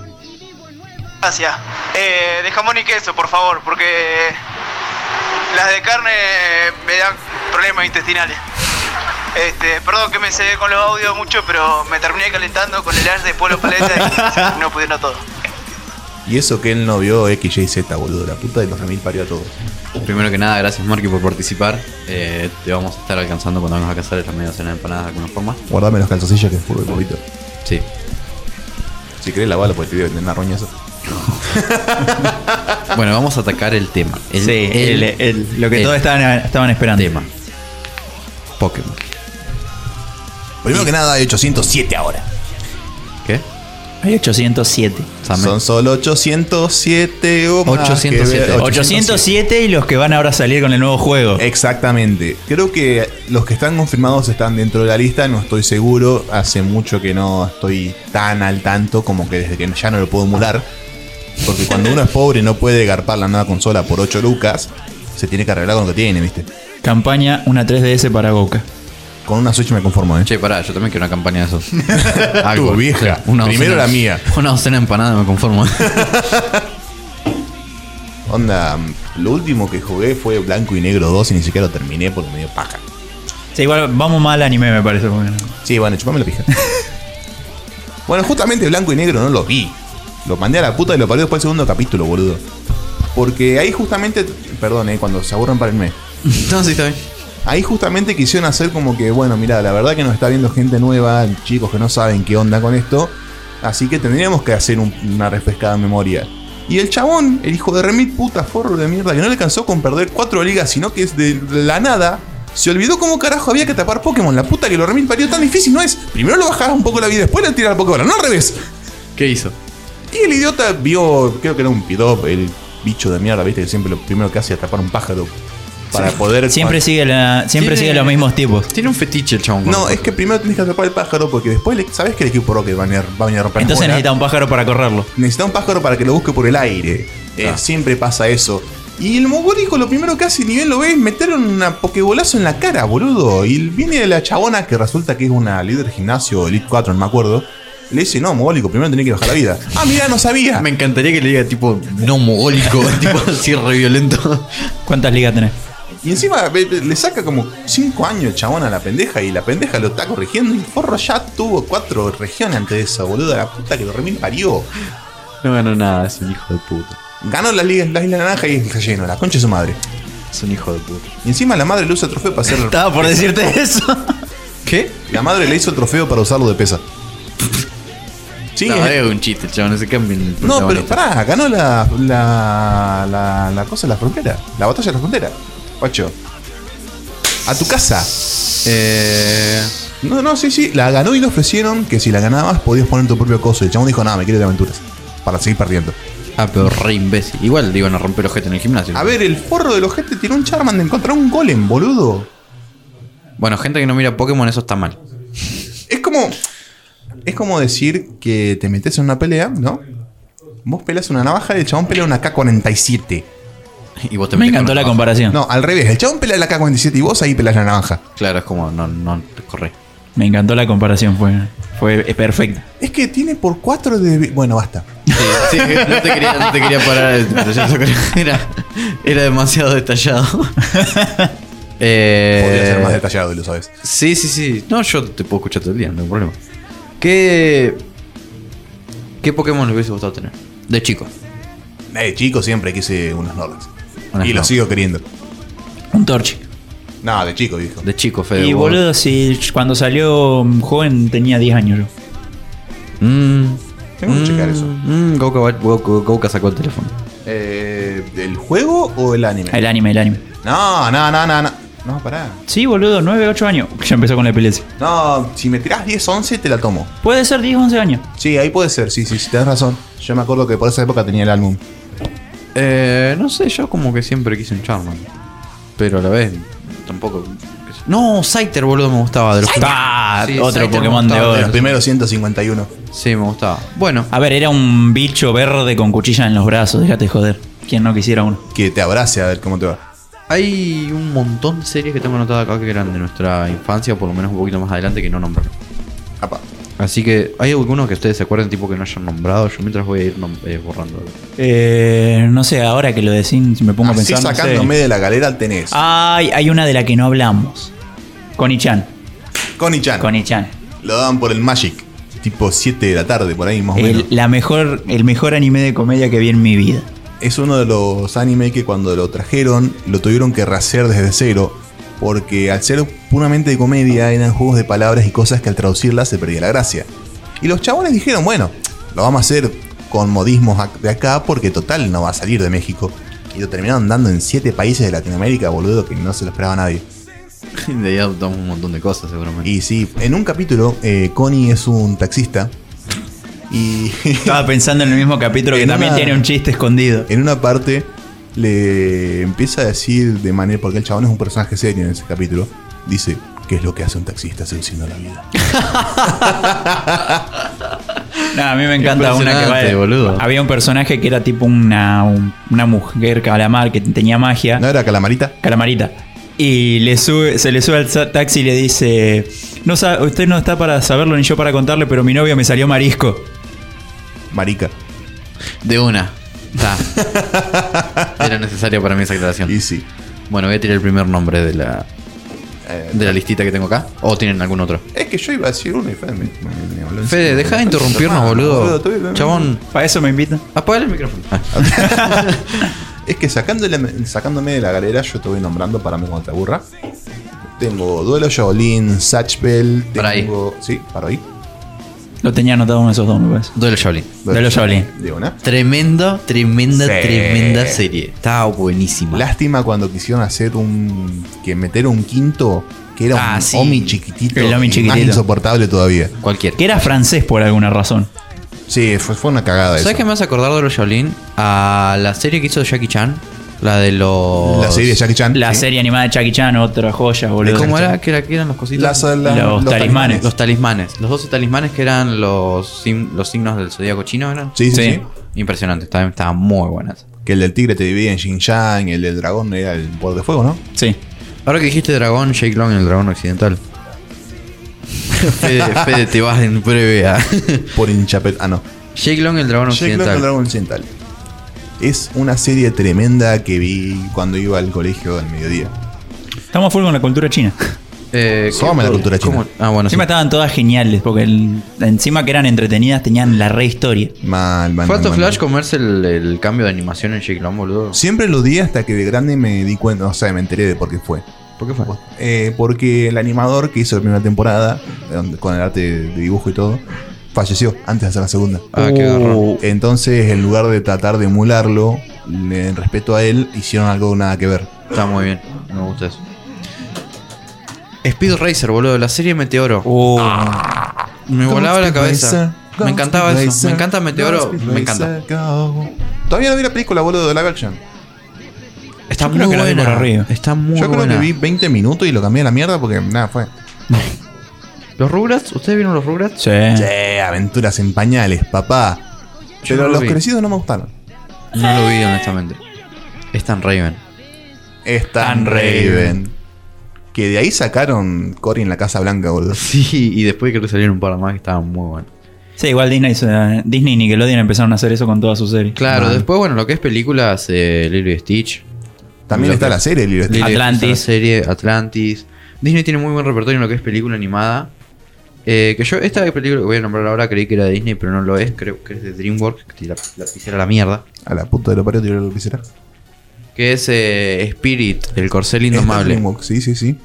Q: Gracias. Eh, de jamón y queso, por favor, porque las de carne me dan problemas intestinales. Este, perdón que me cegué con los audios mucho, pero me terminé calentando con el ash de Polo Paleta y no pudieron todo.
B: Y eso que él no vio X, Y, Z, boludo. La puta de los remil parió a todos.
A: Primero que nada, gracias Marky por participar. Eh, te vamos a estar alcanzando cuando vengas a cazar la media docena de empanadas de alguna forma.
B: Guardame los calzoncillos que fue poquito.
A: Sí.
B: Si querés la bala, porque te voy a vender una roña eso.
A: Bueno, vamos a atacar el tema. El-
C: Sí, el- el- lo que todos estaban, estaban esperando.
A: Tema. Pokémon.
B: Primero que nada, hay 807 ahora.
A: ¿Qué?
C: Hay 807.
B: Son solo 807 o más que
C: 807.
B: ver-
C: 807 y los que van ahora a salir con el nuevo juego.
B: Exactamente. Creo que los que están confirmados están dentro de la lista, no estoy seguro. Hace mucho que no estoy tan al tanto como que desde que ya no lo puedo emular. Porque cuando uno es pobre y no puede garpar la nueva consola por 8 lucas, se tiene que arreglar con lo que tiene, ¿viste?
C: Campaña una 3DS para Goka.
B: Con una Switch me conformo, ¿eh?
A: Che, pará, yo también quiero una campaña de esos.
B: Tu vieja. Primero la mía.
A: Una docena de empanadas me conformo.
B: Onda, lo último que jugué fue Blanco y Negro 2 y ni siquiera lo terminé porque me dio paja.
C: Sí, igual vamos mal anime, me parece. porque no.
B: Sí, bueno, chupame la pija. bueno, justamente Blanco y Negro no lo vi. Lo mandé a la puta y lo paré después del segundo capítulo, boludo. Porque ahí justamente. Perdón, eh, cuando se aburran para irme.
A: no, sí, está bien.
B: Ahí justamente quisieron hacer como que, bueno, mira, la verdad que nos está viendo gente nueva, chicos que no saben qué onda con esto. Así que tendríamos que hacer un- una refrescada memoria. Y el chabón, el hijo de remit puta forro de mierda, que no le cansó con perder cuatro ligas, sino que es de la nada. Se olvidó cómo carajo había que tapar Pokémon. La puta que lo remit parió tan difícil, ¿no es? Primero lo bajabas un poco la vida, después le tiras la Pokébola, no al revés.
A: ¿Qué hizo?
B: Y el idiota vio, creo que era un pidop, el bicho de mierda, viste, que siempre lo primero que hace es tapar un pájaro. Para
C: Sí.
B: poder.
C: Siempre sigue la, siempre
B: Tiene-
C: sigue los mismos tipos.
A: Tiene un fetiche el chabón.
B: No, es que primero tenés que atrapar el pájaro porque después le- sabes que el equipo Rocket va a venir va a venir a romper
C: Entonces
B: la bola.
C: necesita un pájaro para correrlo.
A: Ah.
B: Necesita un pájaro para que lo busque por el aire. Eh, Siempre pasa eso. Y el mogólico lo primero que hace, ni bien lo ve, es meter una pokebolazo en la cara, boludo. Y viene la chabona que resulta que es una líder de gimnasio, Elite 4, no me acuerdo. Le dice, no, mogólico, primero tenés que bajar la vida. Ah, mira, no sabía.
A: Me encantaría que le diga tipo, no mogólico, tipo así re violento.
C: ¿Cuántas ligas tenés?
B: Y encima ve- ve- le saca como 5 años el chabón a la pendeja y la pendeja lo está corrigiendo. Y el Forro ya tuvo 4 regiones antes de eso, boludo. La puta que lo remil parió.
A: No ganó nada, es un hijo de puta.
B: Ganó las ligas, la Isla Naranja y el relleno, la concha de su madre.
A: Es un hijo de puta.
B: Y encima la madre le usa el trofeo para hacer.
C: Estaba por decirte eso.
B: ¿Qué? La madre le hizo el trofeo para usarlo de pesa. Sí,
A: no,
B: es-
A: es un chiste, chaval, no se cambien el
B: No, pero
A: protagonista.
B: pará, ganó la, la, la, la cosa de la frontera. La batalla de la frontera. Pacho. A tu casa. Eh, No, no, sí, sí. La ganó y le ofrecieron que si la ganabas podías poner tu propio coso. Y el chabón dijo, nada, me quiero de aventuras. Para seguir perdiendo.
A: Ah, pero re imbécil. Igual le iban a romper ojete en el gimnasio.
B: A ver, el forro del ojete tiene un Charmander. Encontró un golem, boludo.
A: Bueno, gente que no mira Pokémon, eso está mal.
B: Es como. Es como decir que te metes en una pelea, ¿no? Vos peleas una navaja y el chabón pelea una K-47.
A: Y vos te metés con una navaja.
B: No, al revés. El chabón pelea la K-47 y vos ahí peleas la navaja.
A: Claro, es como, no, no, corre.
C: Me encantó la comparación, fue, fue es perfecta.
B: Es que tiene por 4 de. Bueno, basta.
A: Sí, no te quería, no te quería parar. el detallazo, creo que Era, era demasiado detallado. Eh,
B: Podría ser más detallado y lo sabes.
A: Sí, sí, sí. No, yo te puedo escuchar todo el día, no hay problema. ¿Qué. ¿Qué Pokémon le hubiese gustado tener? De chico.
B: De Eh, chico siempre quise unos Snorlax.
A: Unas
B: y lo
A: Snorlax.
B: sigo queriendo.
C: Un Torchic.
B: No, de chico, dijo.
A: De chico, Fede.
C: Y
A: vos-
C: boludo, si cuando salió mm, joven tenía 10 años yo.
B: Tengo que checar eso.
A: Mm, Gouka, va- Gouka- Gouka sacó el teléfono.
B: Eh, ¿El juego o el anime?
C: El anime, el anime.
B: No, no, no, no. No, no pará.
C: Sí, boludo, 9, 8 años. Ya empezó con la epilepsia.
B: No, si me tirás 10, 11, te la tomo.
C: Puede ser 10, 11 años.
B: Sí, ahí puede ser, sí, sí, sí, tenés razón. Yo me acuerdo que por esa época tenía el álbum.
A: Eh, no sé, yo como que siempre quise un Charmander. Pero a la vez, tampoco. No, Scyther, boludo, me gustaba. De los
C: Ah,
A: Sí,
C: otro
A: Scyther me
C: Pokémon de
A: gustaba,
C: oro.
A: los primeros.
B: 151.
A: Sí, me gustaba. Bueno.
C: A ver, era un bicho verde con cuchilla en los brazos, déjate joder. ¿Quién no quisiera uno?
B: Que te abrace a ver cómo te va.
A: Hay un montón de series que tengo anotadas acá que eran de nuestra infancia, o por lo menos un poquito más adelante, que no nombraron. Así que, ¿hay algunos que ustedes se acuerden, tipo que no hayan nombrado? Yo mientras voy a ir nom- eh, borrando.
C: Eh, no sé, ahora que lo decís, me pongo a
A: Así
C: pensar. no
A: sacándome
C: sé.
A: de la
B: galera tenés.
C: Ay, hay una de la que no hablamos. Connie-chan.
B: Connie-chan.
C: Connie-chan.
B: Lo daban por el Magic, tipo 7 de la tarde, por ahí más o menos.
C: El, la mejor, el mejor anime de comedia que vi en mi vida.
B: Es uno de los animes que cuando lo trajeron lo tuvieron que rehacer desde cero. Porque al ser puramente de comedia eran juegos de palabras y cosas que al traducirlas se perdía la gracia. Y los chabones dijeron, bueno, lo vamos a hacer con modismos ac- de acá porque total no va a salir de México. Y lo terminaron dando en siete países de Latinoamérica, boludo, que no se lo esperaba nadie.
A: De ahí adoptamos un montón de cosas, seguramente.
B: Y sí, en un capítulo, eh, Connie es un taxista y
C: Estaba pensando en el mismo capítulo que
B: En
C: también
B: una-
C: tiene un chiste escondido.
B: En una parte le empieza a decir de manera, porque el chabón es un personaje serio en ese capítulo, dice, ¿qué es lo que hace un taxista seduciendo la vida?
C: No, a mí me encanta una que va de-
A: Impresionante, boludo.
C: Había un personaje que era tipo una, un- una mujer calamar que tenía magia. ¿No
B: era calamarita?
C: Calamarita. Y le sube, se le sube al sa- taxi y le dice: no sa- Usted no está para saberlo ni yo para contarle, pero mi novio me salió marisco.
B: Marica.
A: De una. Está. Era necesaria para mí esa aclaración.
B: Y sí.
A: Bueno, voy a tirar el primer nombre de la.
B: Eh,
A: De la listita que tengo acá. ¿O tienen algún otro?
B: Es que yo iba a decir uno y Fede me, me- me habló encima.
A: Fede, deja de interrumpirnos,
B: Ah,
A: boludo.
B: estoy- estoy-
A: Chabón.
C: Para eso me invitan.
A: Apaga el micrófono.
B: Es que sacándole- sacándome de la galera, yo te voy nombrando para mí cuando te aburra. Tengo Duelo Shaolin, Satchpel, tengo... Para ahí. Sí, para ahí.
C: Lo tenía anotado uno de esos dos, me parece.
A: Duelo Shaolin.
C: Duelo Shaolin.
B: De una.
A: Tremendo, tremenda,
B: Sí.
A: tremenda serie. Estaba buenísima.
B: Lástima cuando quisieron hacer un... Que meter un quinto... Que era
A: Ah,
B: un
A: sí.
B: Omi chiquitito.
C: El Omi
B: y Más
C: chiquitito.
B: insoportable todavía.
A: Cualquier.
C: Que era francés por alguna razón.
B: Sí, fue, fue una cagada
A: ¿Sabes
B: eso.
A: qué me hace acordar de los Shaolin? A la serie que hizo Jackie Chan. La de los.
B: La serie de Jackie Chan.
C: La serie animada de Jackie Chan, otra joya, boludo.
A: ¿Cómo era? ¿Qué era- qué eran los cositas?
C: Las- la- Los los talismanes. talismanes.
A: Los talismanes. Los 12 talismanes que eran los, sim- los signos del zodíaco chino, ¿eran?
B: Sí, sí, Sí.
A: Impresionante. Estaba, estaba muy buena. esa.
B: Que el del tigre te dividía en Xing Yang, el del dragón era el poder de fuego, ¿no?
A: Sí. Ahora que dijiste dragón, Jake Long, el dragón occidental. Fede, Fede, te vas en breve a...
B: Por hinchapet. Ah, no.
A: Jake Long, el dragón
B: Jack London,
A: occidental.
B: el dragón occidental. Es una serie tremenda que vi cuando iba al colegio al mediodía.
C: Estamos full con la cultura china.
A: Eh,
B: Come la cultura china.
A: Ah, bueno,
C: encima estaban todas geniales, porque el- encima que eran entretenidas tenían la re historia.
B: Mal, mal.
A: ¿Fue
B: mal,
A: alto
B: mal,
A: Flash
B: mal.
A: comerse el, el cambio de animación en Jake Long, boludo?
B: Siempre lo di hasta que de grande me di cuenta, o sea, me enteré de por qué fue.
A: ¿Por qué fue?
B: Eh, porque el animador que hizo la primera temporada, eh, con el arte de dibujo y todo, falleció antes de hacer la segunda.
A: Ah, qué garrón.
B: Entonces, en lugar de tratar de emularlo, le- en respeto a él, hicieron algo nada que ver.
A: Está muy bien, me gusta eso. Speed Racer, boludo, la serie Meteoro.
B: Uh,
A: Me volaba la cabeza. Me encantaba eso. Me encanta Meteoro. Me encanta.
B: Todavía no vi la película, boludo, de live action.
A: Está muy buena. Está muy
B: Yo creo
A: buena.
B: que vi 20 minutos y lo cambié a la mierda porque nada, fue.
A: ¿Los Rugrats? ¿Ustedes vieron los Rugrats?
C: Sí.
B: Sí, aventuras en pañales, papá.
A: Yo
B: Pero
A: no lo
B: los
A: vi.
B: crecidos no me gustaron.
A: No lo vi, honestamente. Es tan Raven.
B: Es tan
A: Tan Raven.
B: Raven. Que de ahí sacaron Cory en la Casa Blanca, boludo.
A: Sí, y después creo que salieron un par más que estaban muy buenos.
C: Sí, igual Disney, eh, Disney y Nickelodeon empezaron a hacer eso con todas sus series.
A: Claro, después, bueno, lo que es películas, eh, Lilo y Stitch.
B: También
A: Lo
B: está
A: que-
B: la serie Lilo y Stitch.
A: Atlantis.
B: Atlantis.
A: serie Atlantis. Disney tiene muy buen repertorio en lo que es película animada. Eh, que yo, esta película que voy a nombrar ahora creí que era de Disney, pero no lo es. Creo que es de DreamWorks, que la, la pisera a la mierda.
B: A la puta de lo parió tiró lo que será.
A: Que es eh, Spirit, el corcel
B: Está
A: indomable.
B: DreamWorks, Sí, sí, sí.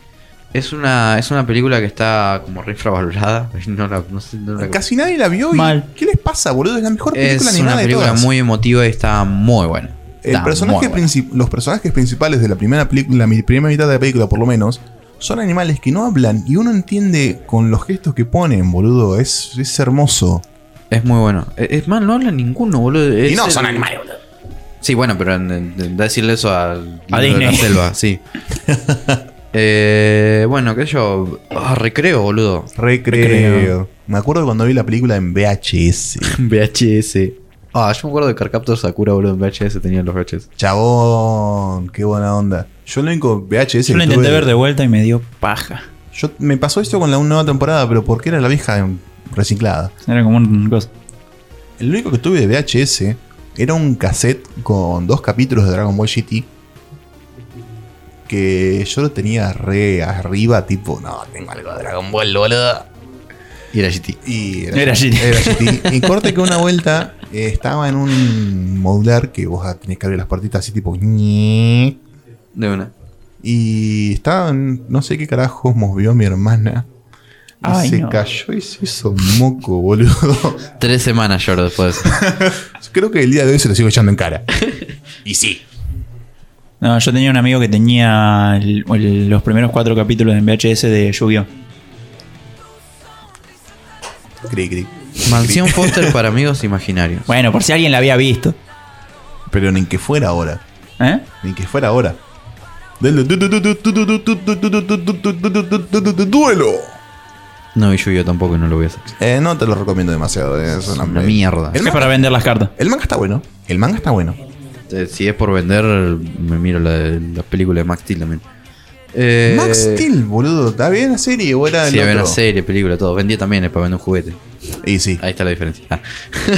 A: Es una, es una película que está como re infravalorada. No la- no sé, no la-
B: Casi nadie la vio y. ¿Qué les pasa, boludo? Es la mejor película
A: es
B: animada
A: una película
B: de todas.
A: muy emotiva y está muy buena.
B: El
A: Está muy
B: personaje
A: buena.
B: princip- los personajes principales de la primera película, la mi- primera mitad de la película por lo menos, son animales que no hablan y uno entiende con los gestos que ponen, boludo. Es, es hermoso.
A: Es muy bueno. E, Es más, no habla ninguno, boludo.
B: Y
A: Es
B: no,
A: el-
B: son animales, boludo.
A: Sí, bueno, pero en- en- en decirle eso al libro de la
C: Disney.
A: selva, sí. Eh, bueno, que yo. ah, recreo, boludo.
B: Recreo. Me acuerdo cuando vi la película en VHS.
A: VHS. Ah, yo me acuerdo de Carcaptor Sakura, boludo. En VHS tenían los VHS.
B: Chabón, qué buena onda. Yo lo único VHS
C: Yo lo
B: que
C: intenté
B: tuve-
C: ver de vuelta y me dio paja.
B: Yo, me pasó esto con la nueva temporada, pero porque era la vieja reciclada.
C: Era como un cosa.
B: El único que tuve de VHS era un cassette con dos capítulos de Dragon Ball GT. Que yo lo tenía re arriba, tipo, no, tengo algo de Dragon Ball, boludo.
A: Y era GT.
B: Y
C: Era GT.
B: era GT. Y corte que una vuelta eh, estaba en un modular que vos tenés que abrir las partitas así, tipo, ñe.
A: De una.
B: Y estaban, no sé qué carajos movió mi hermana. Y
A: Ay,
B: se
A: no.
B: cayó y se hizo un moco, boludo.
A: Tres semanas lloro después.
B: Creo que el día de hoy se lo sigo echando en cara. y sí.
C: No, yo tenía un amigo que tenía el- el- los primeros cuatro capítulos en VHS de Yu-Gi-Oh!
B: Cri, cri.
A: Mansión Foster para amigos imaginarios.
C: Bueno, por si alguien la había visto.
B: Pero ni que fuera ahora.
C: ¿Eh?
B: Ni que fuera ahora. Del- du- du- du- du- du- du- du- du- du- du- du- du- du- du- du- du- du- du- Duelo.
A: No, y yo, yo tampoco no lo voy a hacer.
B: Eh, no te lo recomiendo demasiado. eh, Es una,
A: Una mierda.
B: El
A: Es
B: manga,
C: Para vender las cartas.
B: el manga está bueno. El manga está bueno.
A: Eh, Si es por vender, me miro la, la película de Max Steel también. Eh,
B: Max Steel, boludo. ¿Está bien la serie o era el
A: Sí, había
B: otro?
A: una serie, película, todo. Vendía también eh, para vender un juguete.
B: Y sí.
A: Ahí está la diferencia. Ah.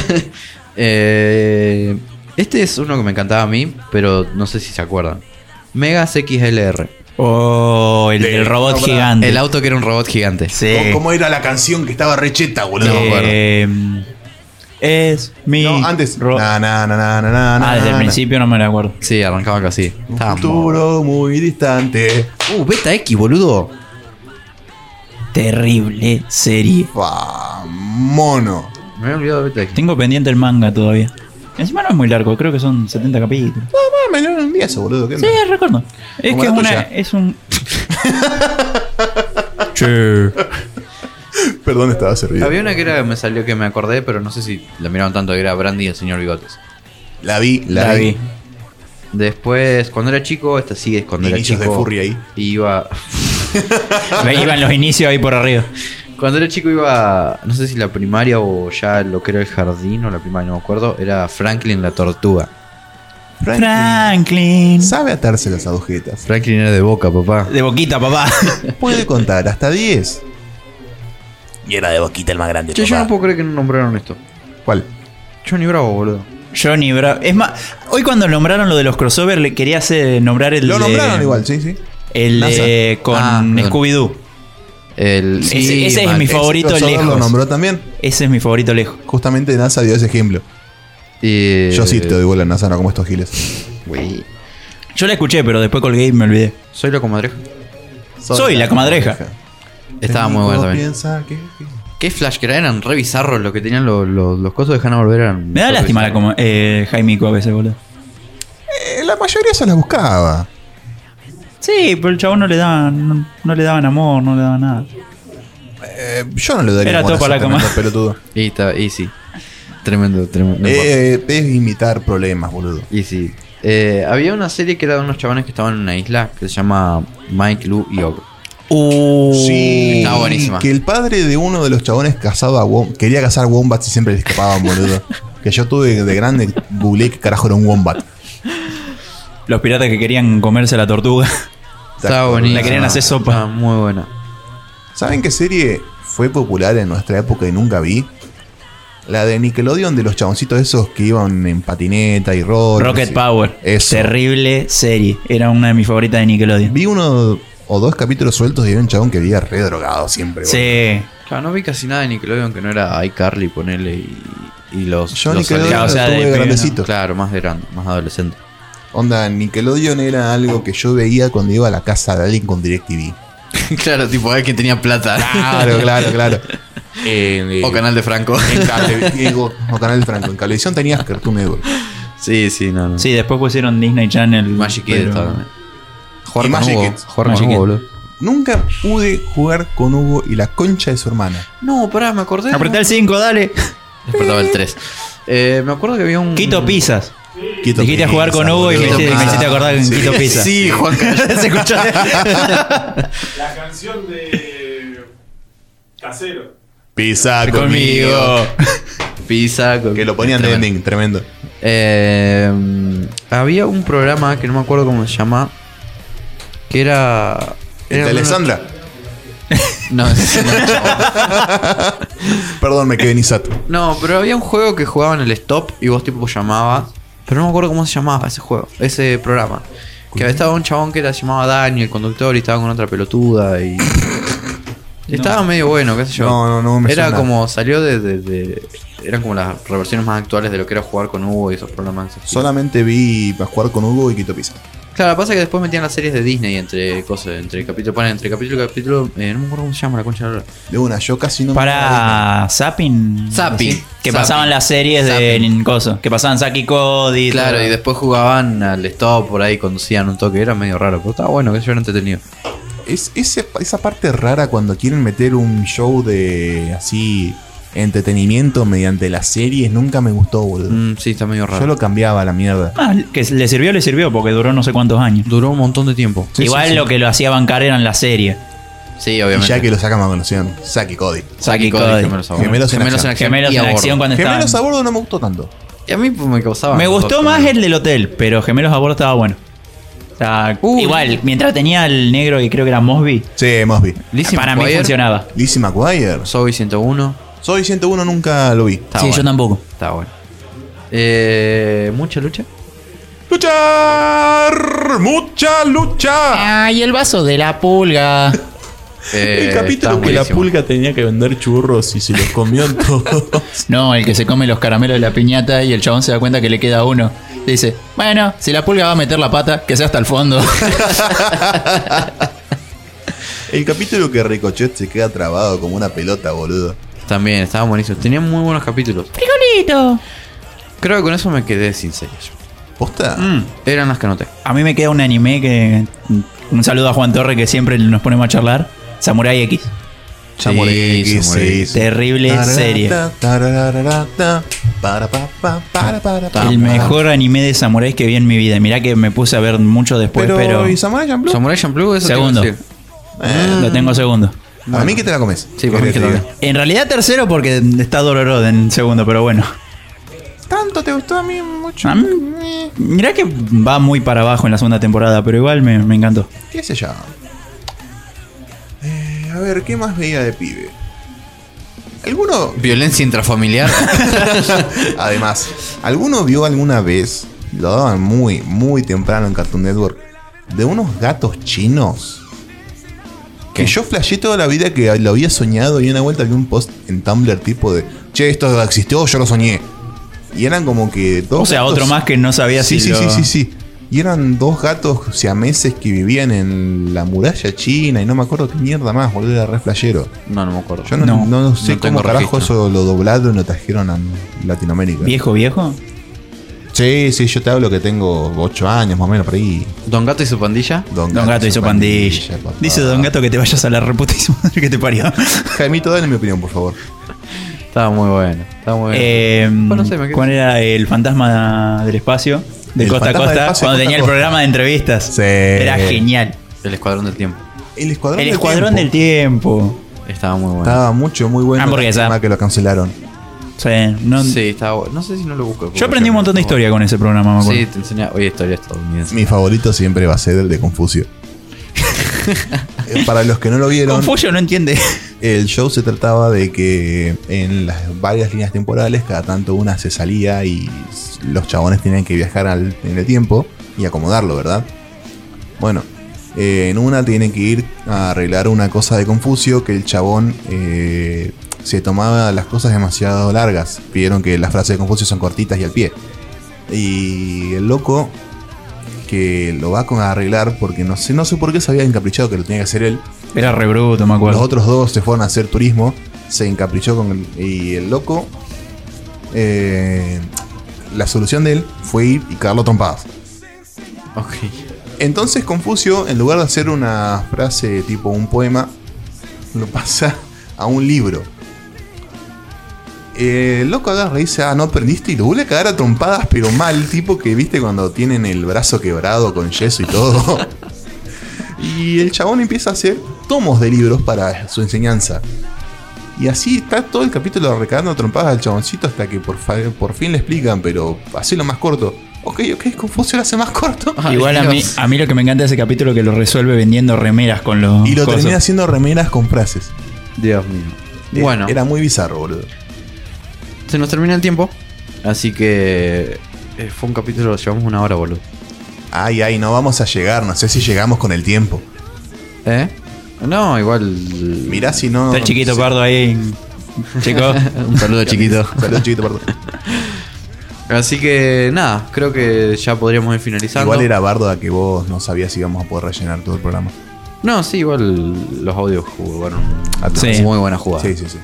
A: Eh, este es uno que me encantaba a mí, pero no sé si se acuerdan. Megas XLR.
C: Oh, el del robot gigante.
A: El auto que era un robot gigante.
C: Sí.
B: ¿Cómo- ¿Cómo era la canción que estaba recheta, boludo?
C: Eh, es mi.
B: No, antes. Na, na, na, na, na, na,
C: ah, desde
B: na,
C: el
B: na.
C: principio no me la acuerdo.
A: Sí, arrancaba casi. Estaba
B: Futuro muy distante.
A: Uh, Beta X, boludo.
C: Terrible serie.
B: mono.
A: Me había olvidado de Beta X.
C: Tengo pendiente el manga todavía. Encima no es muy largo, creo que son 70 capítulos.
B: No, mames, no un día eso, boludo. ¿qué
C: Sí,
B: onda?
C: recuerdo. Es
B: Como
C: que es
B: la
C: una.
B: tuya.
C: Es un. Che.
B: Perdón, estaba servido.
A: Había una que era, me salió que me acordé, pero no sé si la miraron tanto, que era Brandy y el señor Bigotes.
B: La vi, la,
C: La
B: vi.
C: vi.
A: Después, cuando era chico, esta sí es cuando
B: Inicios
A: era
B: de
A: chico.
B: Furry ahí.
A: Iba.
C: Me iban los inicios ahí por arriba.
A: Cuando era chico iba, no sé si la primaria o ya lo que era el jardín o la primaria, no me acuerdo, era Franklin la tortuga.
C: Franklin.
B: Sabe atarse las agujetas.
A: Franklin era de boca, papá.
C: De boquita, papá.
B: Puede contar hasta 10.
C: Y era de boquita el más grande.
A: Che, yo no puedo creer que no nombraron esto.
B: ¿Cuál?
A: Johnny Bravo, boludo.
C: Johnny Bravo. Es más, hoy cuando nombraron lo de los crossover, le quería hacer nombrar el.
B: Lo
C: de-
B: nombraron igual, sí, sí.
C: El
B: NASA.
C: de- con
B: Ah, perdón.
C: Scooby-Doo.
A: El,
C: ese, ese es mi favorito lejos.
B: lo nombró también.
C: Ese es mi favorito lejos.
B: Justamente NASA dio ese ejemplo. Yo sí te doy bola a NASA, no como estos giles.
C: Yo la escuché, pero después colgué y me olvidé.
A: ¿Soy la comadreja?
C: Soy, la comadreja.
A: Estaba muy bueno también.
B: Piensa que-
A: Qué flash que era, eran re bizarros lo que tenían los, los, los cosos de Hanna Barbera.
C: Me da lástima la como, eh, Jaimico a veces, boludo.
B: Eh, la mayoría se las buscaba.
C: Sí, pero el chabón no le daban, no, no le daban amor, no le daban nada.
B: Eh, yo no le daría
C: Era
B: amor a
C: todo para la
B: ese
C: cama.
B: tremendo pelotudo.
A: Y, está, y sí. Tremendo, tremendo.
B: Eh, es imitar problemas, boludo.
A: Y sí. Eh, había una serie que era de unos chavales que estaban en una isla que se llama Mike, Lou y Og. Uh,
B: sí,
A: Estaba buenísima.
B: que el padre de uno de los chabones cazaba wom- quería cazar wombats y siempre le escapaban, boludo. que yo tuve de grande, googleé que carajo era un wombat.
C: Los piratas que querían comerse la tortuga.
A: Estaba buenísima.
C: La querían hacer sopa.
A: Estaba muy buena.
B: ¿Saben qué serie fue popular en nuestra época y nunca vi? La de Nickelodeon de los chaboncitos esos que iban en patineta y rock.
C: Rocket Power. Terrible serie. Era una de mis favoritas de Nickelodeon.
B: Vi uno o dos capítulos sueltos y era un chabón que vivía re drogado siempre. boludo.
C: Sí.
A: Claro, no vi casi nada de Nickelodeon que no era iCarly, ponele y, y los.
B: Yo
A: los
B: Nickelodeon
A: aliados.
B: lo tuve de grandecito.
A: Claro, más de grande, más adolescente.
B: Onda, Nickelodeon era algo que yo veía cuando iba a la casa de alguien con DirecTV.
A: claro, tipo, alguien que tenía plata.
B: Claro, claro, claro.
A: Eh, o Canal de Franco.
B: En cable, digo, o Canal de Franco. En Cablevisión tenías Cartoon Network.
A: Sí, sí, no, no.
C: Sí, después pusieron Disney Channel.
A: Magic Kids estaba también. Jugar
B: Y
A: con
B: Magic
A: Hugo.
B: Kids.
A: Jugar con
B: Magic
A: Hugo,
B: Kids.
A: boludo.
B: Nunca pude jugar con Hugo y la concha de su hermana.
A: No, pará, me acordé.
C: Apretá el 5, dale.
A: Despertaba el 3. me acuerdo que había un.
C: Quito Pizzas.
B: Quito
C: Dijiste
B: Pizza,
C: jugar con Hugo y me
B: boludo.
C: hiciste, me
B: Ah,
C: hiciste acordar con
B: sí.
C: Quito Pizza.
A: Sí, Juan Carlos.
C: ¿Se escuchó?
R: La canción de Casero.
B: Pisa
A: conmigo.
B: conmigo.
A: Pisa conmigo.
B: Que lo ponían de
A: Tremendo.
B: ending, tremendo.
A: Eh, había un programa que no me acuerdo cómo se llama. Que era.
B: ¿El
A: era
B: de
A: uno-
B: Alessandra?
A: No, ese no.
B: Perdón, me quedé en Isat.
A: No, pero había un juego que jugaba en el stop y vos tipo llamabas. Pero no me acuerdo cómo se llamaba ese juego, ese programa. Que estaba un chabón que era llamaba Dani, el conductor, y estaba con otra pelotuda y. Estaba medio bueno, qué sé yo.
B: No, no, no me
A: Era
B: suena.
A: como, salió de, de- de- Eran como las reversiones más actuales de lo que era jugar con Hugo y esos programas.
B: Solamente vi para jugar con Hugo y Quito Pizza.
A: Claro, pasa que después metían las series de Disney entre cosas, entre capítulo, ponen entre capítulo y capítulo. eh, no me acuerdo cómo se llama la concha de la lora.
B: De una, yo casi no
C: Para Zapping.
A: Zapping.
C: ¿sí? Que
A: Zapping.
C: pasaban las series de Coso. Que pasaban Saki Cody.
A: Claro,
C: todo.
A: y después jugaban al stop por ahí, conducían un toque, era medio raro, pero estaba bueno, que yo era entretenido.
B: Es, ese- esa parte rara cuando quieren meter un show de así entretenimiento mediante las series nunca me gustó, boludo.
A: Mm, sí, está medio
B: Yo lo cambiaba a la mierda.
C: Ah, que le sirvió, le sirvió, porque duró no sé cuántos años.
A: Duró un montón de tiempo.
B: Sí,
C: Igual
B: sí, sí.
C: lo que lo hacía bancar eran las series.
A: Sí,
B: Y ya que lo sacan más conocían, Saki Cody.
C: Saki Cody, Cody. gemelos a bordo.
B: Gemelos en acción.
C: Gemelos en acción Gemelos y a en bordo. acción cuando
B: Gemelos
C: estaban-
B: a bordo no me gustó tanto.
A: Y a mí pues, me causaba.
B: Ah,
C: Me gustó más el del hotel, pero Gemelos a bordo estaba bueno. O sea, igual, mientras tenía el negro que creo que era Mosby.
B: Sí, Mosby.
C: para mí funcionaba.
B: Lizzie McGuire.
A: Soy 101.
B: Soy 101 nunca lo vi.
C: sí, yo tampoco.
A: Está bueno. Eh, mucha lucha.
B: ¡Luchar! ¡Mucha lucha!
S: ¡Ay, el vaso de la pulga!
A: Eh,
B: el capítulo
S: está
B: que la
S: buenísimo.
B: pulga tenía que vender churros y se los comió en todo.
S: No, el que se come los caramelos de la piñata y el chabón se da cuenta que le queda uno. Dice, bueno, si la pulga va a meter la pata, que sea hasta el fondo.
B: El capítulo que Ricochet se queda trabado como una pelota, boludo.
A: También, estaba buenísimo. Tenía muy buenos capítulos.
S: ¡Frijolito!
A: Creo que con eso me quedé sin series.
B: ¿Posta?
C: Mm.
A: Eran las que anoté.
C: A mí me queda un anime que. Un saludo a Juan Torre que siempre nos ponemos a charlar. Samurai X.
B: Samurai X, sí, sí.
C: Terrible
B: Tararata,
C: serie.
B: tarararata, para, pa, pa, para, para, pa,
C: El
B: pa.
C: mejor anime de samuráis que vi en mi vida. Mirá que me puse a ver mucho después,
B: Pero,
C: pues, pero.
B: ¿y Samurai Champloo?
A: Samurai Champloo
B: eso te
C: Segundo.
B: iba a decir.
C: Eh, Lo tengo segundo.
B: A mí que te la comes.
A: Sí, para mí que también.
C: En realidad tercero porque está Dolorod en segundo, pero bueno.
B: Tanto te gustó a mí mucho.
C: A mí- Mirá que va muy para abajo en la segunda temporada, pero igual me, me encantó.
B: ¿Qué sé yo? Eh, a ver, ¿qué más veía de pibe? ¿Alguno?
A: Violencia intrafamiliar.
B: Además, ¿alguno vio alguna vez? Lo daban muy, muy temprano en Cartoon Network. De unos gatos chinos. Que yo flashé toda la vida que lo había soñado y una vuelta vi un post en Tumblr tipo de Che, esto existió, yo lo soñé. Y eran como que dos
C: O sea, otro más que no sabía
B: sí,
C: si
B: sí,
C: lo-
B: sí, sí, sí. Y eran dos gatos siameses que vivían en la muralla china y no me acuerdo qué mierda más, boludo, era re flashero.
A: No, no me acuerdo.
B: Yo no,
A: No,
B: no sé
A: no tengo
B: cómo carajo
A: registro.
B: eso lo doblaron y lo trajeron a Latinoamérica.
C: ¿Viejo, viejo?
B: Sí, sí, yo te hablo que tengo 8 años más o menos por ahí.
A: ¿Don Gato y su pandilla?
B: Don,
C: Don Gato hizo pandilla.
B: papá.
C: Dice Don Gato que te vayas a la reputísima madre que te parió.
B: Jaimito, dale mi opinión, por favor.
A: Estaba muy bueno. Estaba muy bueno.
C: Eh,
A: Bueno, no sé, me quedé-
C: ¿Cuál era el fantasma del espacio? De
A: El
C: costa
A: fantasma del
C: a costa,
A: espacio, costa
C: cuando
A: a
C: tenía el
A: costa.
C: programa de entrevistas. Era genial.
A: El Escuadrón del Tiempo.
B: El Escuadrón,
C: El Escuadrón del Tiempo.
A: Estaba muy bueno.
B: Estaba mucho, muy bueno.
C: Hamburguesa.
B: Lástima que lo cancelaron.
C: Sí, no-
A: Sí, estaba bueno. No sé si no lo busco.
C: Yo aprendí un montón de historia con ese programa, me acuerdo.
A: Sí, te enseña. Oye, historia estadounidense.
B: Mi favorito siempre va a ser el de Confucio. Eh, Para los que no lo vieron.
C: Confucio no entiende.
B: El show se trataba de que en las varias líneas temporales, cada tanto una se salía y s- los chabones tenían que viajar al, en el tiempo y acomodarlo, ¿verdad? Bueno, eh, en una tienen que ir a arreglar una cosa de Confucio que el chabón eh, se tomaba las cosas demasiado largas. Vieron que las frases de Confucio son cortitas y al pie. Y el loco que lo va con a arreglar porque no sé, no sé por qué se había encaprichado que lo tenía que hacer él.
C: Era re bruto, me acuerdo.
B: Los otros dos se fueron a hacer turismo, se encaprichó con el, y el loco. eh, la solución de él fue ir y cagarlo a trompadas.
A: Ok.
B: Entonces Confucio, en lugar de hacer una frase tipo un poema, lo pasa a un libro. Eh, El loco agarra y dice, ah, no perdiste y lo vuelve a cagar a trompadas, pero mal, tipo que viste cuando tienen el brazo quebrado con yeso y todo. y el chabón empieza a hacer tomos de libros para su enseñanza. Y así está todo el capítulo recagando trompadas al chaboncito hasta que por, fa- por fin le explican, pero lo más corto. Ok, ok, Confucio lo hace más corto.
C: Igual a mí, a mí lo que me encanta de ese capítulo es que lo resuelve vendiendo remeras con los.
B: Y lo
C: cosos.
B: termina haciendo remeras con frases.
A: Dios mío.
B: Eh,
A: Bueno.
B: Era muy bizarro, boludo.
A: Se nos termina el tiempo. Así que. eh, Fue un capítulo, llevamos una hora, boludo.
B: Ay, ay, no vamos a llegar. No sé si llegamos con el tiempo.
A: ¿Eh? No, igual.
B: Mirá si no.
C: Está el chiquito
B: sí.
C: pardo ahí. Chico.
A: un saludo chiquito.
B: Saludo chiquito, perdón.
A: Así que nada, creo que ya podríamos ir finalizando.
B: Igual era bardo a que vos no sabías si íbamos a poder rellenar todo el programa.
A: No, sí, igual los audios jugaron
B: Sí.
A: muy buena jugada.
B: Sí, sí, sí.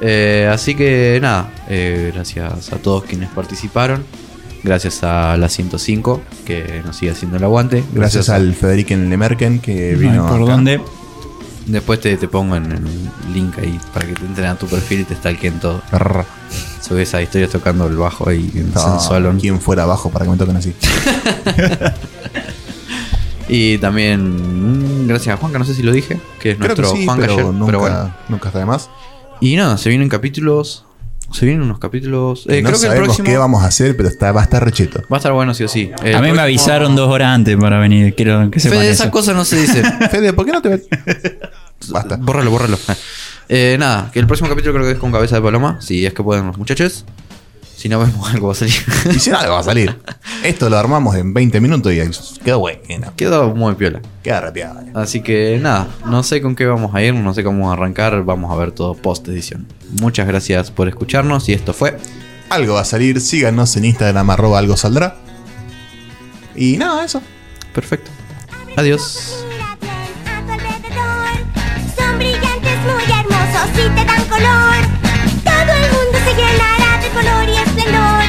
A: Eh, así que nada, eh, gracias a todos quienes participaron. Gracias a la 105 que nos sigue haciendo el aguante.
B: Gracias, al Federiken Lemerken que vino. acá.
A: Después te, te pongo en el link ahí para que te entren a tu perfil y te stalkeen todo.
B: Arr.
A: Subes a historias tocando el bajo ahí en
B: No,
A: Sensualon.
B: ¿Quién fuera abajo para que me toquen así?
A: Y también mm, gracias a Juanca, no sé si lo dije, que es
B: Creo que
A: nuestro
B: sí,
A: Juanca
B: pero
A: ayer,
B: nunca-
A: pero bueno.
B: Nunca está de más.
A: Y nada, se vienen capítulos. Se vienen unos capítulos. eh,
B: no
A: creo que el
B: sabemos
A: próximo.
B: qué vamos a hacer, pero está, va a estar recheto.
A: Va a estar bueno sí o sí. El
C: a mí me
A: próximo-
C: avisaron dos horas antes para venir. Quiero que sepan
A: Fede,
C: eso.
A: esas cosas no se dicen.
B: Fede, ¿por qué no te ves?
A: Basta. Bórralo, bórralo. Eh, nada, que el próximo capítulo creo que es con cabeza de paloma. Si es que pueden los muchachos. Si no vemos algo va a salir.
B: Y si nada, va a salir. Esto lo armamos en 20 minutos y qué bueno.
A: Quedó muy piola.
B: Queda rapeado.
A: Así que nada, no sé con qué vamos a ir, no sé cómo arrancar, vamos a ver todo post edición. Muchas gracias por escucharnos y esto fue
B: Algo va a salir, síganos en Instagram, arroba algo saldrá. Y nada, eso.
A: Perfecto. Adiós.
T: Son brillantes, muy hermosos y te dan color. Todo el mundo se llenará de color y esplendor.